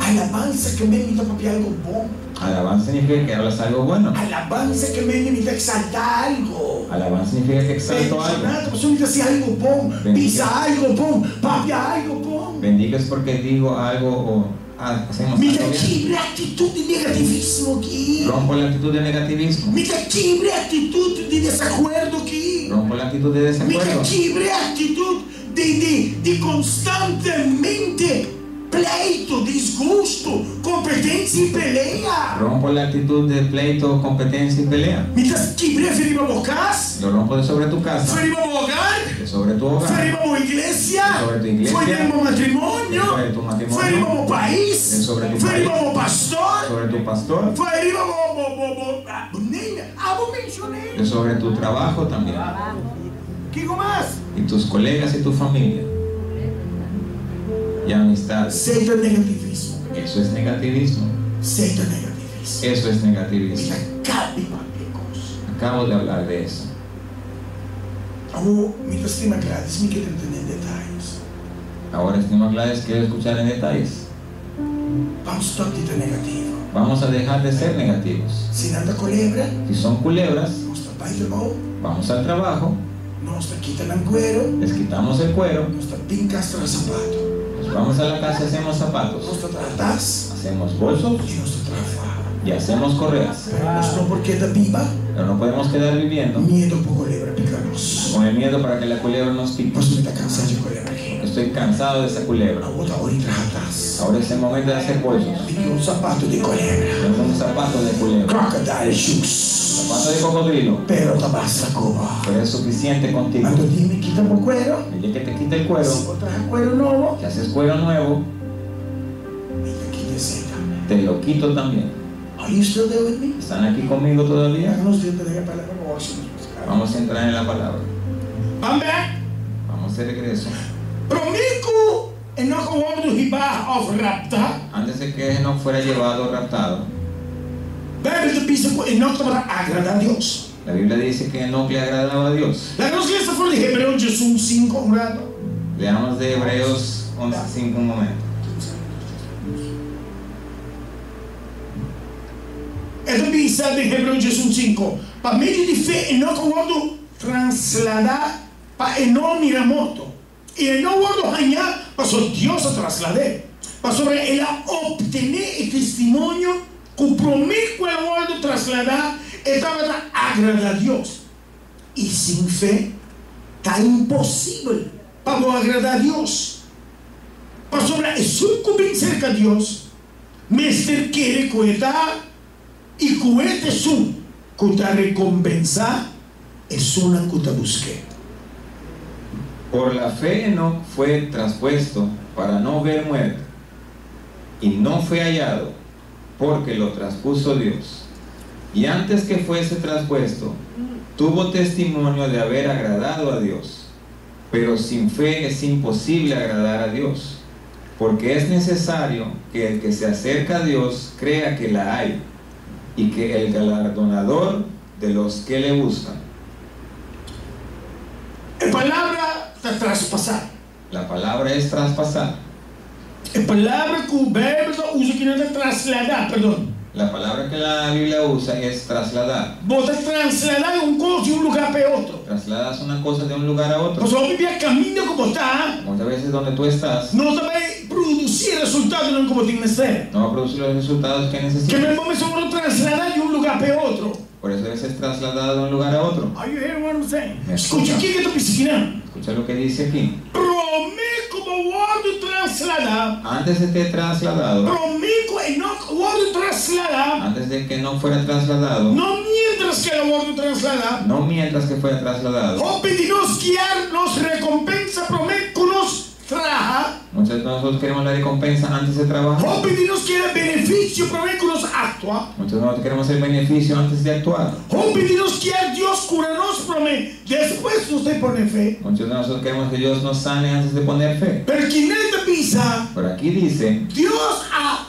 [SPEAKER 2] Alabanza que me invita papi algo bom.
[SPEAKER 1] Alabanza significa que hablas algo bueno.
[SPEAKER 2] Alabanza que me invita a exaltar algo.
[SPEAKER 1] Alabanza significa que exalto algo.
[SPEAKER 2] Mencionado, pues invita a hacer algo assim, bom,
[SPEAKER 1] Bendiga.
[SPEAKER 2] pisa algo bom, papi algo bom.
[SPEAKER 1] Bendigas porque digo algo o ha- hacemos
[SPEAKER 2] Mira
[SPEAKER 1] algo bien.
[SPEAKER 2] que actitud de negativismo aquí.
[SPEAKER 1] Rompo la actitud de negativismo.
[SPEAKER 2] Mira que actitud de desacuerdo aquí.
[SPEAKER 1] Rompo la actitud de desacuerdo.
[SPEAKER 2] Mira que actitud de, de, de constantemente pleito, disgusto, competencia y pelea.
[SPEAKER 1] Rompo la actitud de pleito, competencia y pelea.
[SPEAKER 2] Mira que ferima bocas,
[SPEAKER 1] Lo rompo de sobre tu casa,
[SPEAKER 2] ferima hogar.
[SPEAKER 1] de sobre tu hogar,
[SPEAKER 2] Fuera como iglesia,
[SPEAKER 1] Sobre tu iglesia.
[SPEAKER 2] fuera como matrimonio,
[SPEAKER 1] Sobre tu matrimonio.
[SPEAKER 2] fuera como país,
[SPEAKER 1] Sobre tu
[SPEAKER 2] fuera
[SPEAKER 1] país.
[SPEAKER 2] como pastor,
[SPEAKER 1] sobre tu pastor,
[SPEAKER 2] fuera como- como- como- ah, niña. Ah, vos mencioné.
[SPEAKER 1] de sobre tu trabajo también.
[SPEAKER 2] ¿Qué digo más?
[SPEAKER 1] Y tus colegas y tu familia. Y amistades.
[SPEAKER 2] Seita negativismo,
[SPEAKER 1] Eso es negativismo.
[SPEAKER 2] seita negativismo.
[SPEAKER 1] Eso es negativismo.
[SPEAKER 2] Mira, cabe papecos.
[SPEAKER 1] Acabo de hablar de eso.
[SPEAKER 2] Oh, mira, sí me agradece, me quiero entender detalles.
[SPEAKER 1] Ahora estoy más claro, quiero escuchar en detalles.
[SPEAKER 2] Vamos tantito negativo.
[SPEAKER 1] Vamos a dejar de ser negativos.
[SPEAKER 2] Si anda culebra,
[SPEAKER 1] Si son culebras,
[SPEAKER 2] nos está bailando,
[SPEAKER 1] vamos al trabajo,
[SPEAKER 2] nos está quitando el cuero,
[SPEAKER 1] les quitamos el cuero,
[SPEAKER 2] nos está pincas tras zapato,
[SPEAKER 1] nos vamos a la casa, hacemos zapatos,
[SPEAKER 2] nos está tratas
[SPEAKER 1] hacemos bolsos
[SPEAKER 2] y nos está trafando.
[SPEAKER 1] y hacemos correas.
[SPEAKER 2] Mas não porque está Ah. viva,
[SPEAKER 1] Pero no podemos quedar viviendo
[SPEAKER 2] medo por culebra picarnos.
[SPEAKER 1] con el miedo para que la culebra nos pique.
[SPEAKER 2] Mas está cansado de culebra aqui.
[SPEAKER 1] Estoy cansado de esa
[SPEAKER 2] A
[SPEAKER 1] culebra.
[SPEAKER 2] outra hora entra atrás.
[SPEAKER 1] Ahora es el momento de hacer bolsos.
[SPEAKER 2] Pediu um sapato de culebra.
[SPEAKER 1] Tenemos un zapato de culebra,
[SPEAKER 2] Crocodile shoes.
[SPEAKER 1] zapato de cocodrilo,
[SPEAKER 2] Pero tá basta cova.
[SPEAKER 1] pero es suficiente contigo.
[SPEAKER 2] Quando time quita por cuero,
[SPEAKER 1] El día que te quita el cuero,
[SPEAKER 2] se botar cuero novo,
[SPEAKER 1] que haces cuero nuevo,
[SPEAKER 2] ele quita seta.
[SPEAKER 1] te lo quito también.
[SPEAKER 2] Are you still there with me?
[SPEAKER 1] ¿Están aquí conmigo todavía?
[SPEAKER 2] Não sei se a palavra para Washington.
[SPEAKER 1] Vamos a entrar en la palabra.
[SPEAKER 2] I'm back.
[SPEAKER 1] Vamos de regreso.
[SPEAKER 2] Promico Enoch homem do riba of Rapta.
[SPEAKER 1] Antes de que no fuera llevado o raptado,
[SPEAKER 2] Bebe do bispo Enoch para agradar a Deus.
[SPEAKER 1] la Biblia dice que no le agradaba a Dios.
[SPEAKER 2] Leamos que esta fue de Hebreo Jesús 5, un rato.
[SPEAKER 1] Leamos de Hebreos 11:5 un momento.
[SPEAKER 2] Esta misa de Hebreo Jesús 5. Para medio de fe, no cuando trasladar para no mirar moto. Y no cuando añadir, pasó Dios a trasladar. Para sobre el obtener el testimonio, compromiso el cuando trasladar, estaba para agradar a Dios. Y sin fe, está imposible para agradar a Dios. Para sobre el sucumbir cerca a Dios, Mester quiere cuidar y cuete su cuta recompensa es una cuta busque.
[SPEAKER 1] Por la fe no fue traspuesto para no ver muerte, y no fue hallado, porque lo traspuso Dios. Y antes que fuese traspuesto, tuvo testimonio de haber agradado a Dios. Pero sin fe es imposible agradar a Dios, porque es necesario que el que se acerca a Dios crea que la hay, y que el galardonador de los que le buscan.
[SPEAKER 2] En palabra está traspasar.
[SPEAKER 1] La palabra es traspasar.
[SPEAKER 2] En palabra que el verbo usa que no está trasladar, perdón.
[SPEAKER 1] La palabra que la Biblia usa es trasladar.
[SPEAKER 2] Vos estás trasladar un cosa de un lugar para otro.
[SPEAKER 1] Trasladas una cosa de un lugar a otro.
[SPEAKER 2] Pues vos vivía camino como está,
[SPEAKER 1] Muchas veces donde tú estás
[SPEAKER 2] no sabe producir resultados no como tiene que ser.
[SPEAKER 1] no va a producir los resultados que
[SPEAKER 2] Que
[SPEAKER 1] necesitas.
[SPEAKER 2] me vamos a trasladar de un lugar para otro.
[SPEAKER 1] Por eso a veces trasladado de un lugar a otro.
[SPEAKER 2] Are you hearing what I'm saying?
[SPEAKER 1] Me escucha.
[SPEAKER 2] Escucha, ¿quién que está piscina?
[SPEAKER 1] Escucha lo que dice aquí.
[SPEAKER 2] Promícuo o trasladar.
[SPEAKER 1] Antes de ser trasladado,
[SPEAKER 2] Promícuo e não o trasladar.
[SPEAKER 1] antes de que no fuera trasladado,
[SPEAKER 2] Não mientras que era o trasladar.
[SPEAKER 1] no mientras que fuera trasladado.
[SPEAKER 2] O pedirnos guiar nos recompensa promícuos traja.
[SPEAKER 1] Muchos de nosotros queremos la recompensa antes de trabajar.
[SPEAKER 2] O pedirnos que era benefício promícuos actua.
[SPEAKER 1] Muchos de nosotros queremos el beneficio antes de actuar.
[SPEAKER 2] O pedirnos guiar Deus cura-nos promé. Depois você põe fé.
[SPEAKER 1] Muchos de nosotros queremos que Dios nos sane antes de poner fe.
[SPEAKER 2] Pertinente pisa.
[SPEAKER 1] Pero aquí dice,
[SPEAKER 2] Dios a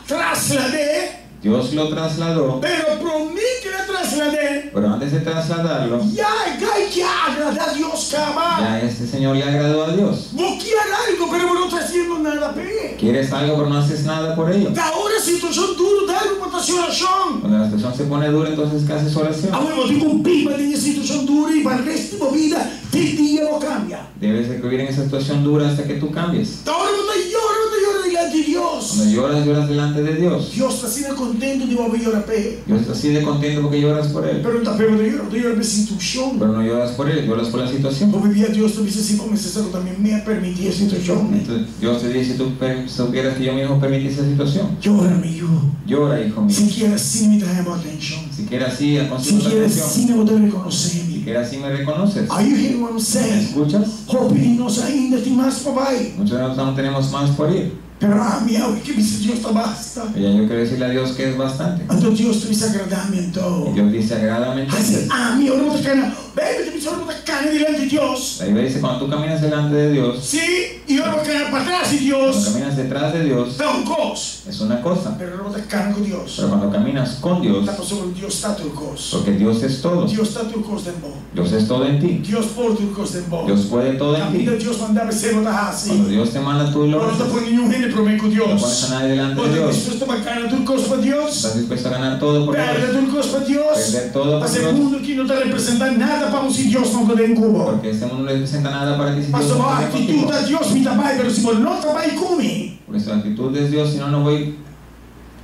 [SPEAKER 2] trasladé,
[SPEAKER 1] Dios lo trasladó,
[SPEAKER 2] pero promete la trasladé.
[SPEAKER 1] pero antes de trasladarlo,
[SPEAKER 2] Ya, ya, ya agrada a Dios, cama.
[SPEAKER 1] ya este señor le agradó a Dios.
[SPEAKER 2] Boquear algo, pero no está haciendo nada, pe.
[SPEAKER 1] Quieres algo pero no haces nada por ello.
[SPEAKER 2] Da ahora situación dura, da una situación.
[SPEAKER 1] Cuando la situación se pone dura, entonces ¿qué haces
[SPEAKER 2] A
[SPEAKER 1] oración?
[SPEAKER 2] huevo, digo un piba, tiene situación dura y para el resto de tu vida, te día no cambia.
[SPEAKER 1] Debes de vivir en esa situación dura hasta que tú cambies.
[SPEAKER 2] Da ahora no te llora, no te llora delante de Dios.
[SPEAKER 1] Cuando lloras, lloras delante de Dios.
[SPEAKER 2] Dios está siendo contento de volver a llorar, pe.
[SPEAKER 1] Dios está así de contento porque lloras por Él.
[SPEAKER 2] Pero está feo de llorar, te llora, pe, sin situación.
[SPEAKER 1] Pero no lloras por Él, lloras por la situación.
[SPEAKER 2] Como vivía Dios, tuviese cinco meses, algo también me permitía situación.
[SPEAKER 1] Entonces, Dios te dice, si tú per- supieras que yo mismo permití esa situación,
[SPEAKER 2] Llora, mi hijo.
[SPEAKER 1] llora, hijo mío.
[SPEAKER 2] Si quieres, sí me traemos atención.
[SPEAKER 1] Siquiera así,
[SPEAKER 2] Si
[SPEAKER 1] consigo la
[SPEAKER 2] quieres, sí
[SPEAKER 1] atención.
[SPEAKER 2] no te reconocerme.
[SPEAKER 1] Siquiera así me reconoces.
[SPEAKER 2] Are you hearing what I'm
[SPEAKER 1] ¿Me
[SPEAKER 2] saying?
[SPEAKER 1] escuchas?
[SPEAKER 2] Hoping nos ainda tem mais para vai.
[SPEAKER 1] Muchos de nosotros aún tenemos más por ir.
[SPEAKER 2] Pero a minha alma que me Deus está basta.
[SPEAKER 1] Pero ya yo quiero decirle a Dios que es bastante.
[SPEAKER 2] Então Deus te desagradar,
[SPEAKER 1] Y
[SPEAKER 2] então.
[SPEAKER 1] Dios dice, agrádame entonces.
[SPEAKER 2] Mas a minha outra cana, bebe, te pisou outra cana diante de Deus.
[SPEAKER 1] La Biblia dice, cuando tú caminas delante de Dios,
[SPEAKER 2] Sim, e eu não quero para trás de Deus.
[SPEAKER 1] cuando caminas detrás de Dios,
[SPEAKER 2] Dá um cos.
[SPEAKER 1] es una cosa.
[SPEAKER 2] Pero não outra cana com Deus.
[SPEAKER 1] Pero cuando caminas con Dios,
[SPEAKER 2] Está passando Deus está teu cos.
[SPEAKER 1] porque Dios es todo.
[SPEAKER 2] Deus está teu cos de bom.
[SPEAKER 1] Dios es todo en ti.
[SPEAKER 2] Dios por tu costa en vos.
[SPEAKER 1] Dios puede todo en ti.
[SPEAKER 2] Camino Dios mandaba ser una
[SPEAKER 1] Cuando
[SPEAKER 2] así.
[SPEAKER 1] Dios te manda, tú lo
[SPEAKER 2] No te
[SPEAKER 1] haces.
[SPEAKER 2] pone ni un gene promedio
[SPEAKER 1] No pones a
[SPEAKER 2] Dios.
[SPEAKER 1] nadie delante
[SPEAKER 2] No
[SPEAKER 1] de
[SPEAKER 2] te
[SPEAKER 1] Dios.
[SPEAKER 2] dispuesto para ganar tu costa Dios.
[SPEAKER 1] Estás dispuesto a ganar todo por
[SPEAKER 2] Perder
[SPEAKER 1] Dios.
[SPEAKER 2] tu costa Dios.
[SPEAKER 1] Perder todo por
[SPEAKER 2] Hace
[SPEAKER 1] Dios.
[SPEAKER 2] mundo que no te representa nada para un si Dios no te den cubo.
[SPEAKER 1] Porque este mundo no representa nada para ti si Dios
[SPEAKER 2] Pasó
[SPEAKER 1] no
[SPEAKER 2] la
[SPEAKER 1] está contigo.
[SPEAKER 2] actitud a Dios, mi tabai, pero si vos no tabai come.
[SPEAKER 1] Porque su actitud es Dios, si no, no voy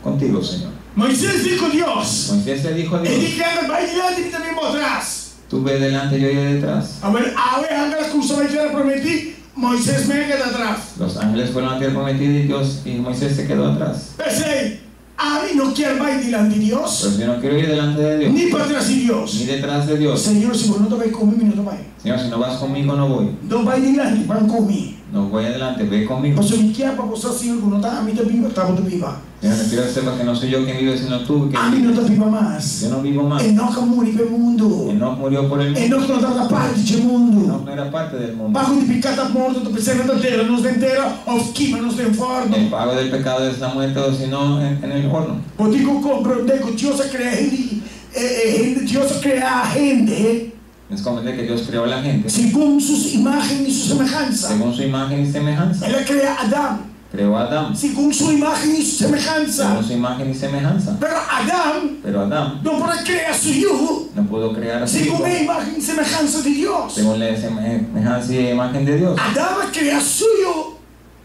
[SPEAKER 1] contigo, Señor.
[SPEAKER 2] Moisés dijo Dios.
[SPEAKER 1] Moisés le dijo a
[SPEAKER 2] Y
[SPEAKER 1] Dios,
[SPEAKER 2] dije, va adelante y también vos atrás.
[SPEAKER 1] tú ve delante, yo iré detrás.
[SPEAKER 2] A ver, a ver, haga la curso, me quiero prometí. Moisés me queda atrás.
[SPEAKER 1] Los ángeles fueron ante el prometido y Dios y Moisés se quedó atrás.
[SPEAKER 2] Pensei, a mí no quiero ir delante de Dios,
[SPEAKER 1] Pero yo no quiero ir delante de Dios,
[SPEAKER 2] ni para atrás de
[SPEAKER 1] ni
[SPEAKER 2] Dios.
[SPEAKER 1] detrás de Dios.
[SPEAKER 2] Señor, si vos no te vais conmigo, no te vais.
[SPEAKER 1] Señor, si no vas conmigo, no voy.
[SPEAKER 2] No vais delante, van conmigo.
[SPEAKER 1] No voy adelante, ve conmigo.
[SPEAKER 2] Pues yo me quiero para vosotros, Señor, que no está a mí te viva, está donde viva.
[SPEAKER 1] Señor, no quiero que sepas que no soy yo quien vive, sino tú.
[SPEAKER 2] A
[SPEAKER 1] Que
[SPEAKER 2] mí no
[SPEAKER 1] vives.
[SPEAKER 2] te viva más.
[SPEAKER 1] Yo no vivo más.
[SPEAKER 2] Enoja muere el mundo.
[SPEAKER 1] Enoch murió por el mundo.
[SPEAKER 2] Enoja no está da parte de
[SPEAKER 1] Enoch
[SPEAKER 2] mundo.
[SPEAKER 1] no era parte del mundo.
[SPEAKER 2] Bajo de picada morto, tu pensei na terra, nos de entera, of quima, nos de
[SPEAKER 1] El
[SPEAKER 2] informe.
[SPEAKER 1] pago del pecado es la muerte, o si no, en, en el horno.
[SPEAKER 2] Vos digo, comprendego, Dios crea gente, eh, eh, Dios crea gente
[SPEAKER 1] Les comenté que Dios creó a la gente
[SPEAKER 2] según sus imagen y su semejanza.
[SPEAKER 1] según su imagen y semejanza.
[SPEAKER 2] Él crea a Adán
[SPEAKER 1] Creó a Adán
[SPEAKER 2] según su imagen y su
[SPEAKER 1] según
[SPEAKER 2] semejanza.
[SPEAKER 1] su imagen y semejanza.
[SPEAKER 2] Pero Adán
[SPEAKER 1] Pero Adán
[SPEAKER 2] no puede crear su hijo
[SPEAKER 1] no pudo crear a su hijo
[SPEAKER 2] según la imagen y semejanza de Dios.
[SPEAKER 1] según la semejanza y imagen de Dios.
[SPEAKER 2] Adán crea su hijo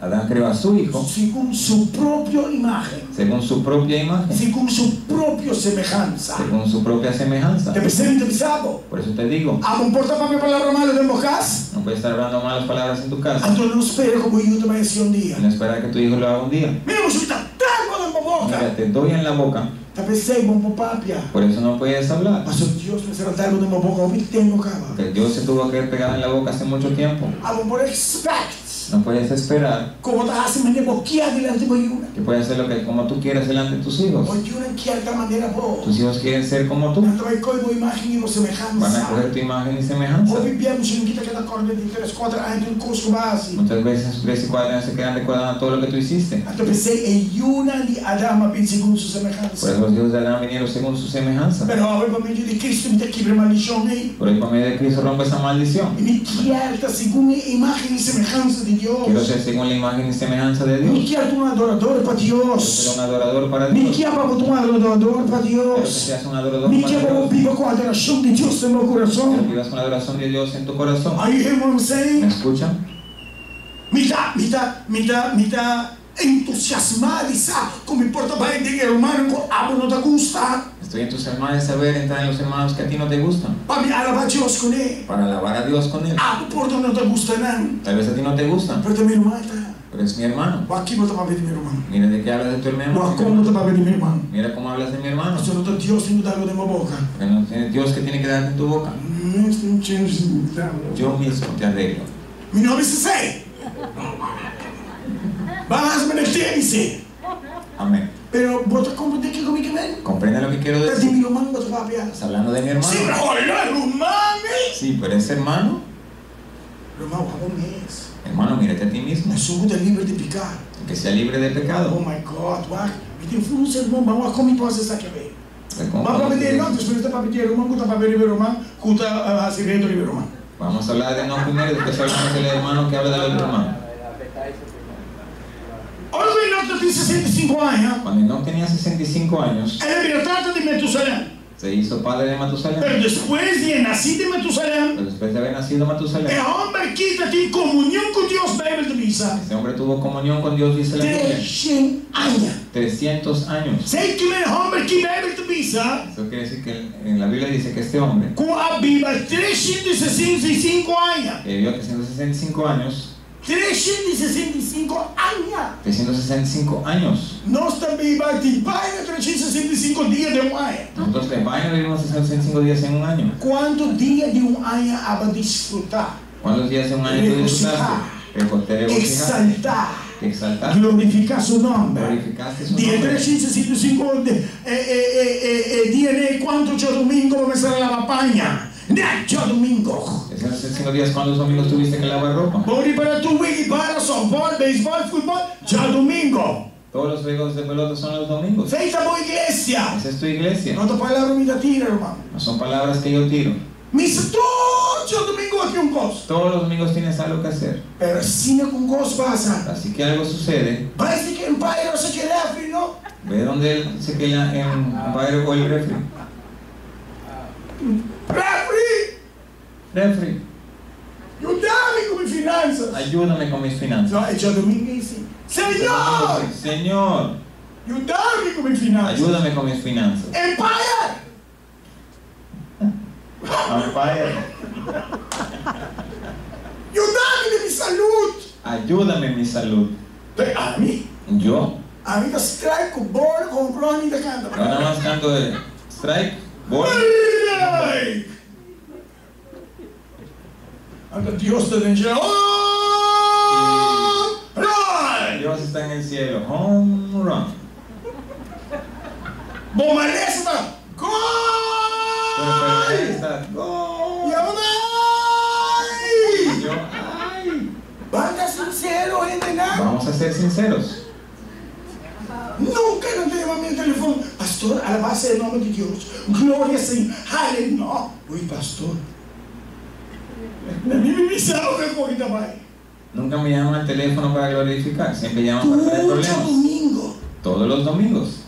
[SPEAKER 1] Adán creó a su hijo
[SPEAKER 2] según su propia imagen,
[SPEAKER 1] según su propia imagen,
[SPEAKER 2] según su propia semejanza.
[SPEAKER 1] según su propia semejanza.
[SPEAKER 2] ¿Te pensé, te pensabo?
[SPEAKER 1] Por eso te digo,
[SPEAKER 2] ¿A comporta para mi palabra mala de Mocás?
[SPEAKER 1] no puedes estar hablando malas palabras en tu casa.
[SPEAKER 2] Entonces no espero como yo te voy a decir un día.
[SPEAKER 1] y No esperar que tu hijo lo haga un día.
[SPEAKER 2] Mira, yo está tan de boca.
[SPEAKER 1] Mira, te doy en la boca,
[SPEAKER 2] Te pensé, bombo papia.
[SPEAKER 1] por eso no puedes hablar.
[SPEAKER 2] Mas Dios me será algo de boca, hoy tengo cama.
[SPEAKER 1] Porque Dios se tuvo que pegar en la boca hace mucho tiempo.
[SPEAKER 2] A por expect.
[SPEAKER 1] No puedes esperar
[SPEAKER 2] como estás haciendo boquia delante de una.
[SPEAKER 1] que puedes hacer lo que como tú quieras delante de tus hijos.
[SPEAKER 2] Porque una en cierta manera vos.
[SPEAKER 1] Tus hijos quieren ser como tú.
[SPEAKER 2] Tanto hay como imagen y no
[SPEAKER 1] Van a
[SPEAKER 2] semejanza.
[SPEAKER 1] coger tu imagen y semejanza.
[SPEAKER 2] Hoy vivíamos en quita que la corte de tres, cuatro años en curso base.
[SPEAKER 1] Muchas veces tres y cuatro años se quedan recordando todo lo que tú hiciste.
[SPEAKER 2] Hasta pensé en una de Adama pensé con su
[SPEAKER 1] Por
[SPEAKER 2] semejanza.
[SPEAKER 1] eso los hijos de Adán vinieron según su semejanza.
[SPEAKER 2] Pero ahora por medio de Cristo me te quiebra maldición y
[SPEAKER 1] Por el por medio de Cristo rompe esa maldición.
[SPEAKER 2] me quiebra según mi imagen y semejanza de
[SPEAKER 1] Quiero
[SPEAKER 2] Dios.
[SPEAKER 1] ser según la imagen y semejanza de
[SPEAKER 2] Me
[SPEAKER 1] Dios.
[SPEAKER 2] quiebra un adorador para
[SPEAKER 1] Quiero ser
[SPEAKER 2] Dios.
[SPEAKER 1] un adorador para
[SPEAKER 2] Me
[SPEAKER 1] Dios.
[SPEAKER 2] quiebra un adorador para
[SPEAKER 1] Quiero que
[SPEAKER 2] Dios.
[SPEAKER 1] seas un adorador
[SPEAKER 2] Me
[SPEAKER 1] para
[SPEAKER 2] quiebra un
[SPEAKER 1] Dios.
[SPEAKER 2] vivo con adoración de Dios en mi
[SPEAKER 1] Quiero que
[SPEAKER 2] corazón.
[SPEAKER 1] vivas con la adoración de Dios en tu corazón.
[SPEAKER 2] Are you hearing what I'm saying?
[SPEAKER 1] ¿Me escuchan?
[SPEAKER 2] mitad, mitad, mitad, mitad entusiasmada, quizá, como importa para el hermano, algo no te gusta.
[SPEAKER 1] Estoy en tus hermanos a ver, entrar en los hermanos que a ti no te gustan.
[SPEAKER 2] Para alabar a Dios con él.
[SPEAKER 1] Para alabar a Dios con él.
[SPEAKER 2] Ah, por donde no te gustarán.
[SPEAKER 1] Tal vez a ti no te gustan,
[SPEAKER 2] Pero também não mata.
[SPEAKER 1] pero es mi hermano.
[SPEAKER 2] O é. aqui não estava vendo meu irmão.
[SPEAKER 1] Mira de qué hablas de tu
[SPEAKER 2] O
[SPEAKER 1] hermano.
[SPEAKER 2] acom não estava vendo meu irmão.
[SPEAKER 1] Mira cómo hablas de mi hermano.
[SPEAKER 2] Se eu não estou Deus, tem que dar água da minha boca.
[SPEAKER 1] Porque no tiene Dios que tiene que darte en tu boca.
[SPEAKER 2] Hum, isso Não tinha de dar.
[SPEAKER 1] Yo mismo te arreglo.
[SPEAKER 2] tá Meu nome é Cissé. Mas me deve ser.
[SPEAKER 1] Amén.
[SPEAKER 2] Pero bota como tem que comigo mesmo.
[SPEAKER 1] Comprende lo que quiero
[SPEAKER 2] Perdi
[SPEAKER 1] decir.
[SPEAKER 2] meu irmão, bota para piada.
[SPEAKER 1] Estás hablando de mi
[SPEAKER 2] Sim,
[SPEAKER 1] hermano.
[SPEAKER 2] mas olha, não é irmão, hein?
[SPEAKER 1] Sí, pero ese hermano,
[SPEAKER 2] Irmão, acabou mesmo.
[SPEAKER 1] hermano, mírate a ti mismo.
[SPEAKER 2] Mas sou muito livre de picar.
[SPEAKER 1] Que sea libre de
[SPEAKER 2] Oh
[SPEAKER 1] pecado.
[SPEAKER 2] my God, uau. Me tem um sermão bom, como me posso estar aqui bem? Mas para pedir não,
[SPEAKER 1] Reconforta.
[SPEAKER 2] depois está para pedir ah, irmão, cuta para ver irmão, cuta a segredo de irmão.
[SPEAKER 1] Vamos a hablar de no primero y después hablamos del hermano que habla del otro hermano.
[SPEAKER 2] Olha o Enoque tem 65 anos,
[SPEAKER 1] Cuando no tenía 65 años,
[SPEAKER 2] ele virou tanto de Metusalém.
[SPEAKER 1] se hizo padre de Matusalén.
[SPEAKER 2] Mas depois de nascer de Metusalém,
[SPEAKER 1] Pero después de haber nacido
[SPEAKER 2] é
[SPEAKER 1] Matusalén,
[SPEAKER 2] homem que tem comunhão com Deus, Bíblia de missa.
[SPEAKER 1] ese este hombre tuvo comunión con Dios, dice la Biblia.
[SPEAKER 2] 300 anos.
[SPEAKER 1] 300 años.
[SPEAKER 2] Sei que é homem que Bíblia de missa,
[SPEAKER 1] Eso quiere decir que en la Biblia dice que este hombre,
[SPEAKER 2] com a Bíblia 365 anos.
[SPEAKER 1] que vivió 365 años,
[SPEAKER 2] 365 anos.
[SPEAKER 1] 365 años.
[SPEAKER 2] Nós também batemos para 365 dias de um ano.
[SPEAKER 1] Nosotros de baño vivimos 365 días en un año.
[SPEAKER 2] Quanto dia de um ano há para desfrutar,
[SPEAKER 1] ¿Cuántos días en un año tú disfrutaste? Recorté regocijaste,
[SPEAKER 2] exaltar,
[SPEAKER 1] te exaltaste,
[SPEAKER 2] glorificar seu nome?
[SPEAKER 1] glorificaste su
[SPEAKER 2] Dia
[SPEAKER 1] nombre.
[SPEAKER 2] 365 de, é, é, é, é, é, dia de quanto de domingo começará a lavar paña? Nacho domingo.
[SPEAKER 1] 365 días, ¿cuántos domingos tuviste que lavar ropa?
[SPEAKER 2] Vou para tu e para softball, beisebol, futebol, já domingo.
[SPEAKER 1] Todos los juegos de pelota son los domingos.
[SPEAKER 2] Feita boa igreja.
[SPEAKER 1] Esa es tu iglesia.
[SPEAKER 2] Não tua palavra me dá tira, irmão.
[SPEAKER 1] No son palabras que yo tiro.
[SPEAKER 2] Missa todo domingo aqui um gosto.
[SPEAKER 1] Todos los domingos tienes algo que hacer.
[SPEAKER 2] Persina com gosto passa.
[SPEAKER 1] Así que algo sucede.
[SPEAKER 2] Parece que o pai não se quer refri, não?
[SPEAKER 1] Ve donde él se queda en un padre o el refri.
[SPEAKER 2] Refri!
[SPEAKER 1] Refri,
[SPEAKER 2] Não dá-me com minhas finanças.
[SPEAKER 1] ayúdame con mis finanzas.
[SPEAKER 2] Não, é dia domingo e sim. Senhor!
[SPEAKER 1] Señor,
[SPEAKER 2] Não dá-me com minhas finanças.
[SPEAKER 1] ayúdame con mis finanzas.
[SPEAKER 2] Empire!
[SPEAKER 1] Padre,
[SPEAKER 2] Não dá-me de minha saúde.
[SPEAKER 1] ayúdame en mi salud.
[SPEAKER 2] Tem a mim?
[SPEAKER 1] Yo,
[SPEAKER 2] A mim tá strike com bolo, com brone da
[SPEAKER 1] yo
[SPEAKER 2] canta.
[SPEAKER 1] nada más canto de strike, ball.
[SPEAKER 2] Ai! Anda Deus tá dentro de Oh! Run!
[SPEAKER 1] Dios está en el cielo. Home run.
[SPEAKER 2] Bom, mas essa tá...
[SPEAKER 1] Pero
[SPEAKER 2] Gol!
[SPEAKER 1] ahí está.
[SPEAKER 2] Y
[SPEAKER 1] Gol.
[SPEAKER 2] ahora, ¡ay!
[SPEAKER 1] Yo, ay.
[SPEAKER 2] Banda sincero, gente, nada.
[SPEAKER 1] Vamos a ser sinceros.
[SPEAKER 2] Nunca no te llama mi teléfono. Pastor, alabase el nombre de Dios. Gloria, Señor. Aleluya. No. Uy, pastor. Me vi mi sabe un poquito más.
[SPEAKER 1] Nunca me llaman al teléfono para glorificar. Siempre llaman para tener
[SPEAKER 2] Mucho
[SPEAKER 1] problemas.
[SPEAKER 2] domingo.
[SPEAKER 1] Todos los domingos.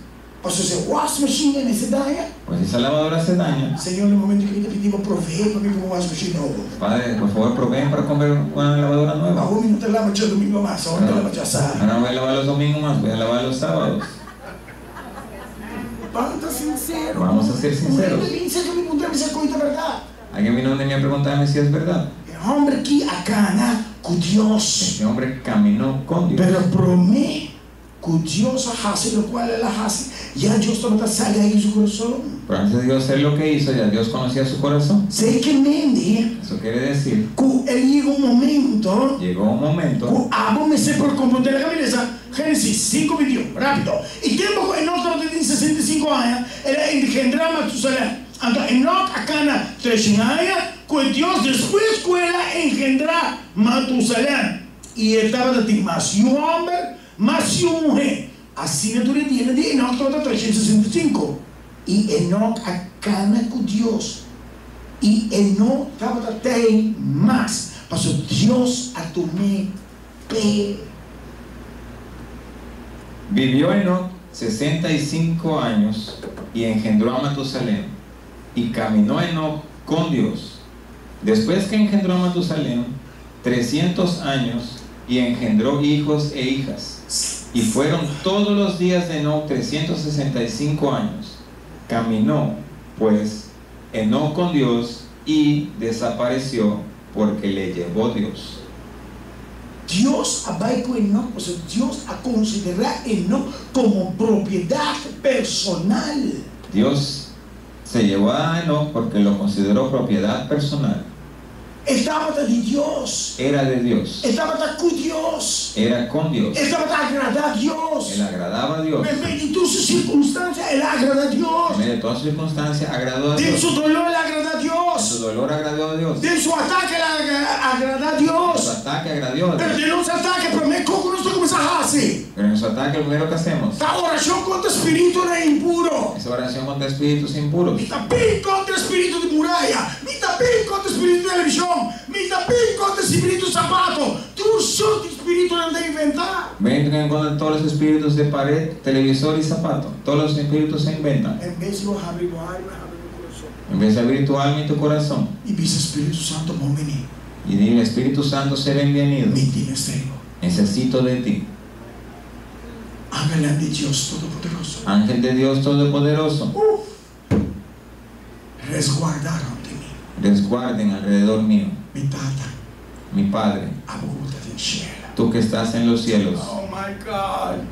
[SPEAKER 2] Pastor, se wash machine en ese daño.
[SPEAKER 1] Pues esa lavadora hace daño.
[SPEAKER 2] Señor, en el momento que te pedimos provee para mí como wash machine nuevo.
[SPEAKER 1] Padre, por favor, proveen para comprar una lavadora nueva.
[SPEAKER 2] Bajo mi no te lava yo domingo más. Ahora te lava ya sabe.
[SPEAKER 1] Ahora no voy a lavar los domingos más, voy a lavar los sábados.
[SPEAKER 2] Banda sincero.
[SPEAKER 1] Vamos a ser sinceros.
[SPEAKER 2] Mujer, me dice que me encontré esa cuenta, ¿verdad?
[SPEAKER 1] Alguien vino donde me a preguntarme si es verdad.
[SPEAKER 2] El hombre que acana con Dios.
[SPEAKER 1] Este hombre caminó con Dios.
[SPEAKER 2] Pero promete que Dios hace lo cual Él hace. Ya Dios todavía sale ahí en su corazón.
[SPEAKER 1] Pero antes de Dios hacer lo que hizo, ya Dios conocía su corazón.
[SPEAKER 2] Sé que mente
[SPEAKER 1] Eso quiere decir,
[SPEAKER 2] que Él llega un momento.
[SPEAKER 1] llegó un momento,
[SPEAKER 2] que Abro ah, me sé por completo la cabeza. Génesis 5, 21. Rápido. Y tiempo que Enoch no tenía 65 años, era engendrar a Matusalén. Entonces Enoch acana 300 años, que Dios después escuela engendrar Matusalén. Y estaba de ti, más y un hombre, más y una mujer. Así no tú le tienes de Enoch toda 365. Y Enoch acana con Dios. E Enoch estava até mais. Passou Deus a tomar pé.
[SPEAKER 1] vivió Enoch 65 años y engendró a Matusalén. Y caminó Enoch con Dios. Después que engendró a Matusalén, 300 años y engendró hijos e hijas. Y fueron todos los días de Enoch 365 años. Caminó, pues, Enoc con Dios y desapareció porque le llevó Dios.
[SPEAKER 2] Dios abaiga con Enoch, o sea, Dios a considerar Enoch como propiedad personal.
[SPEAKER 1] Dios se llevó a Enoch porque lo consideró propiedad personal.
[SPEAKER 2] El Tábata de Dios,
[SPEAKER 1] Era de Dios,
[SPEAKER 2] el Tábata con Dios,
[SPEAKER 1] era con Dios,
[SPEAKER 2] el Tábata agrada a Dios.
[SPEAKER 1] él agradaba a Dios.
[SPEAKER 2] En medio de todas sus circunstancias, él agrada a
[SPEAKER 1] En
[SPEAKER 2] Dios.
[SPEAKER 1] medio de todas circunstancias agradó a
[SPEAKER 2] De
[SPEAKER 1] Dios.
[SPEAKER 2] su dolor, él agrada a
[SPEAKER 1] Su
[SPEAKER 2] Dios.
[SPEAKER 1] dolor agradó a Dios.
[SPEAKER 2] De su ataque, él agra- agrada a
[SPEAKER 1] Su
[SPEAKER 2] Dios.
[SPEAKER 1] ataque agradó a
[SPEAKER 2] Pero
[SPEAKER 1] Dios.
[SPEAKER 2] de los ataques, promete como nosotros comenzamos a hacer.
[SPEAKER 1] Pero en su ataque lo primero que hacemos
[SPEAKER 2] La oración contra espíritu no es impuro.
[SPEAKER 1] es oración contra espíritus impuros.
[SPEAKER 2] Me também contra o espírito de muralha, me também contra o espírito de televisão, me também contra o espírito de sapato. Tu só de espírito não tem inventar.
[SPEAKER 1] Vengan en contra todos los espíritus de pared, televisor y zapato. Todos los espíritus se inventan.
[SPEAKER 2] É mesmo abrir o alma, abrir o coração.
[SPEAKER 1] En vez de abrir tu alma y tu corazón
[SPEAKER 2] E diz Espírito Santo, bom menino,
[SPEAKER 1] y dile, Espíritu Santo, sé bienvenido.
[SPEAKER 2] me tienes cego.
[SPEAKER 1] Necesito de ti.
[SPEAKER 2] Ángel de Deus Todo-Poderoso, Uh!
[SPEAKER 1] Ángel de Dios Todopoderoso,
[SPEAKER 2] resguardaram de mim.
[SPEAKER 1] resguarden alrededor mío.
[SPEAKER 2] Me tata,
[SPEAKER 1] Mi Padre,
[SPEAKER 2] a boca de enxerga.
[SPEAKER 1] tú que estás en los cielos.
[SPEAKER 2] Oh my God.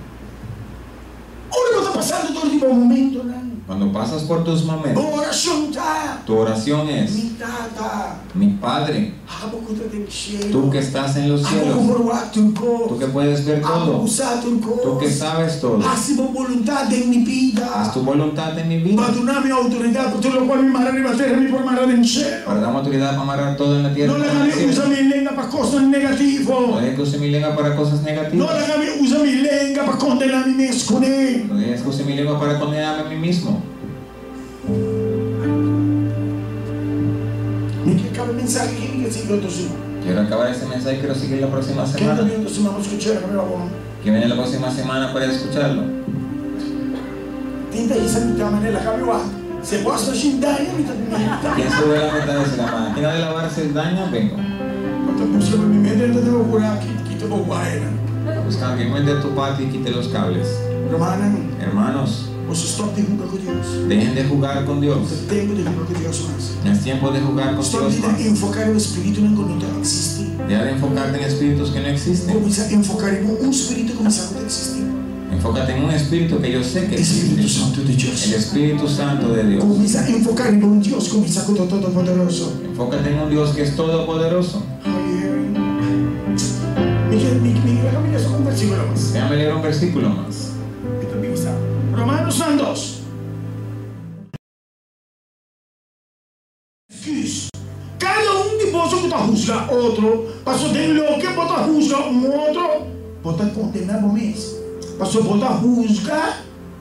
[SPEAKER 2] Olha, está passando todo de bom momento, né?
[SPEAKER 1] Cuando pasas por tus momentos,
[SPEAKER 2] Oração tá.
[SPEAKER 1] tu oración es,
[SPEAKER 2] Me tata.
[SPEAKER 1] mi Padre,
[SPEAKER 2] Abra o conta dele cheio.
[SPEAKER 1] tú que estás en los
[SPEAKER 2] Abra
[SPEAKER 1] cielos,
[SPEAKER 2] o ato em
[SPEAKER 1] tú
[SPEAKER 2] cor.
[SPEAKER 1] que puedes ver
[SPEAKER 2] Abra
[SPEAKER 1] todo,
[SPEAKER 2] o sato em cor.
[SPEAKER 1] tú que sabes todo.
[SPEAKER 2] Haz mi voluntad en mi vida.
[SPEAKER 1] Haz tu voluntad en mi vida.
[SPEAKER 2] Abandonar mi autoridad, por todo lo cual mi madre iba a hacer, mi por madre en cielo.
[SPEAKER 1] Para dar autoridad para amarrar todo en la tierra.
[SPEAKER 2] No le hagas usar mi lengua para cosas
[SPEAKER 1] No
[SPEAKER 2] negativas.
[SPEAKER 1] dejes que use mi lengua para cosas
[SPEAKER 2] No le
[SPEAKER 1] negativas.
[SPEAKER 2] hagas usar mi lengua para condenar mi mescune.
[SPEAKER 1] No dejes que use mi lengua para condenarme a mí mismo.
[SPEAKER 2] Me que acaba el mensaje que viene sigue otro semana.
[SPEAKER 1] Quiero acabar este mensaje y quiero seguir la próxima
[SPEAKER 2] Que anda
[SPEAKER 1] semana.
[SPEAKER 2] viendo su mamá escuchar, pero bueno.
[SPEAKER 1] Que viene la próxima semana para escucharlo.
[SPEAKER 2] Tenta esa mitad manera, cambio Se pasa a chindar, ya mitad de manera.
[SPEAKER 1] Quien sube la mitad de semana. Quien ha de lavarse el daño, vengo.
[SPEAKER 2] Quando busca mi mente, te debo jurar que que te voy a ir.
[SPEAKER 1] Busca que de tu patio y quite los cables.
[SPEAKER 2] Hermana,
[SPEAKER 1] Hermanos,
[SPEAKER 2] você só tem um com Deus.
[SPEAKER 1] dejen de jugar con Dios.
[SPEAKER 2] Você tem que ter um com Deus mais.
[SPEAKER 1] No es tiempo de jugar con
[SPEAKER 2] Sua
[SPEAKER 1] Dios
[SPEAKER 2] vida
[SPEAKER 1] más.
[SPEAKER 2] é enfocar no Espírito não quando não existe.
[SPEAKER 1] Deja de enfocarte en espíritus que no existen.
[SPEAKER 2] Começar a enfocar em um Espírito começar a existir.
[SPEAKER 1] Enfócate en un espíritu que yo sé que
[SPEAKER 2] Espírito
[SPEAKER 1] existe.
[SPEAKER 2] Santo de
[SPEAKER 1] El
[SPEAKER 2] Deus.
[SPEAKER 1] Espíritu Santo de Dios.
[SPEAKER 2] Começa a enfocar em um Deus, começa com o Todo-Poderoso.
[SPEAKER 1] Enfócate en un Dios que es todopoderoso.
[SPEAKER 2] Miguel, Miguel, Miguel, déjame eso con un versículo más.
[SPEAKER 1] Déjame leer un versículo más.
[SPEAKER 2] Que también está. Romanos 2. Fiz. Cada um de vós que juzga outro, passou de lo que bota juzga um outro, bota condenar mês. Passou bota juzga,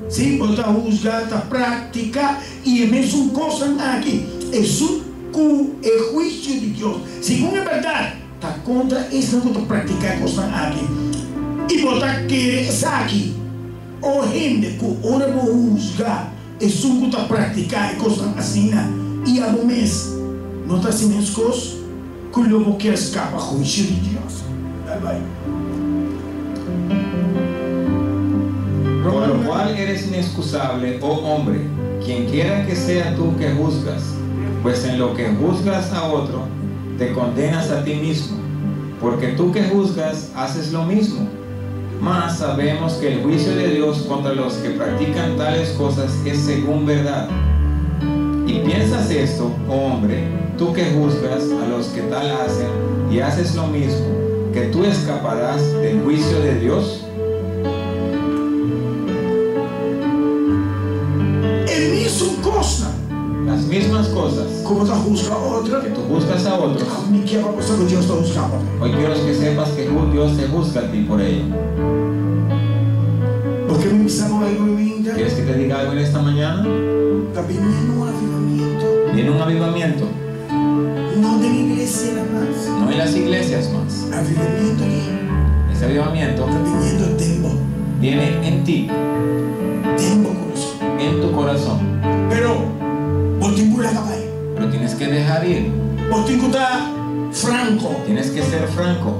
[SPEAKER 2] sim, bota juzga da prática e é mesmo coisa aqui. É isso cu é juízo de Deus. Segundo é verdade, está contra essa outra prática coisa aqui. E botar que aqui. O gente que ora por juzgar, es un gusto practicar y cosas así, na. y a un mes, no está sin cosas, que luego que escapa juicio de Dios. Bye bye.
[SPEAKER 1] Por lo cual eres inexcusable, oh hombre, quien quiera que sea tú que juzgas, pues en lo que juzgas a otro, te condenas a ti mismo, porque tú que juzgas haces lo mismo. Mas sabemos que el juicio de Dios contra los que practican tales cosas es según verdad. Y piensas esto, oh hombre, tú que juzgas a los que tal hacen y haces lo mismo, que tú escaparás del juicio de Dios.
[SPEAKER 2] El mismo cosa,
[SPEAKER 1] Las mismas cosas
[SPEAKER 2] como está juzga otra,
[SPEAKER 1] que tú juzgas a otros,
[SPEAKER 2] ni que va a pasar que Dios está juzgando.
[SPEAKER 1] hoy quiero que sepas que ju- Dios te juzga a ti por ello.
[SPEAKER 2] Porque me pensamos algo en mi vida,
[SPEAKER 1] ¿Quieres que te diga algo en esta mañana?
[SPEAKER 2] también en un avivamiento,
[SPEAKER 1] Viene un avivamiento,
[SPEAKER 2] no de mi iglesia nada más,
[SPEAKER 1] no en las iglesias más.
[SPEAKER 2] avivamiento que
[SPEAKER 1] Ese avivamiento
[SPEAKER 2] está viniendo el tiempo,
[SPEAKER 1] viene en ti,
[SPEAKER 2] tiempo corazón.
[SPEAKER 1] en tu corazón.
[SPEAKER 2] Pero, vos tenés que acabar.
[SPEAKER 1] Pero tienes que dejar ir,
[SPEAKER 2] Vos tenés que estar franco.
[SPEAKER 1] tienes que ser franco,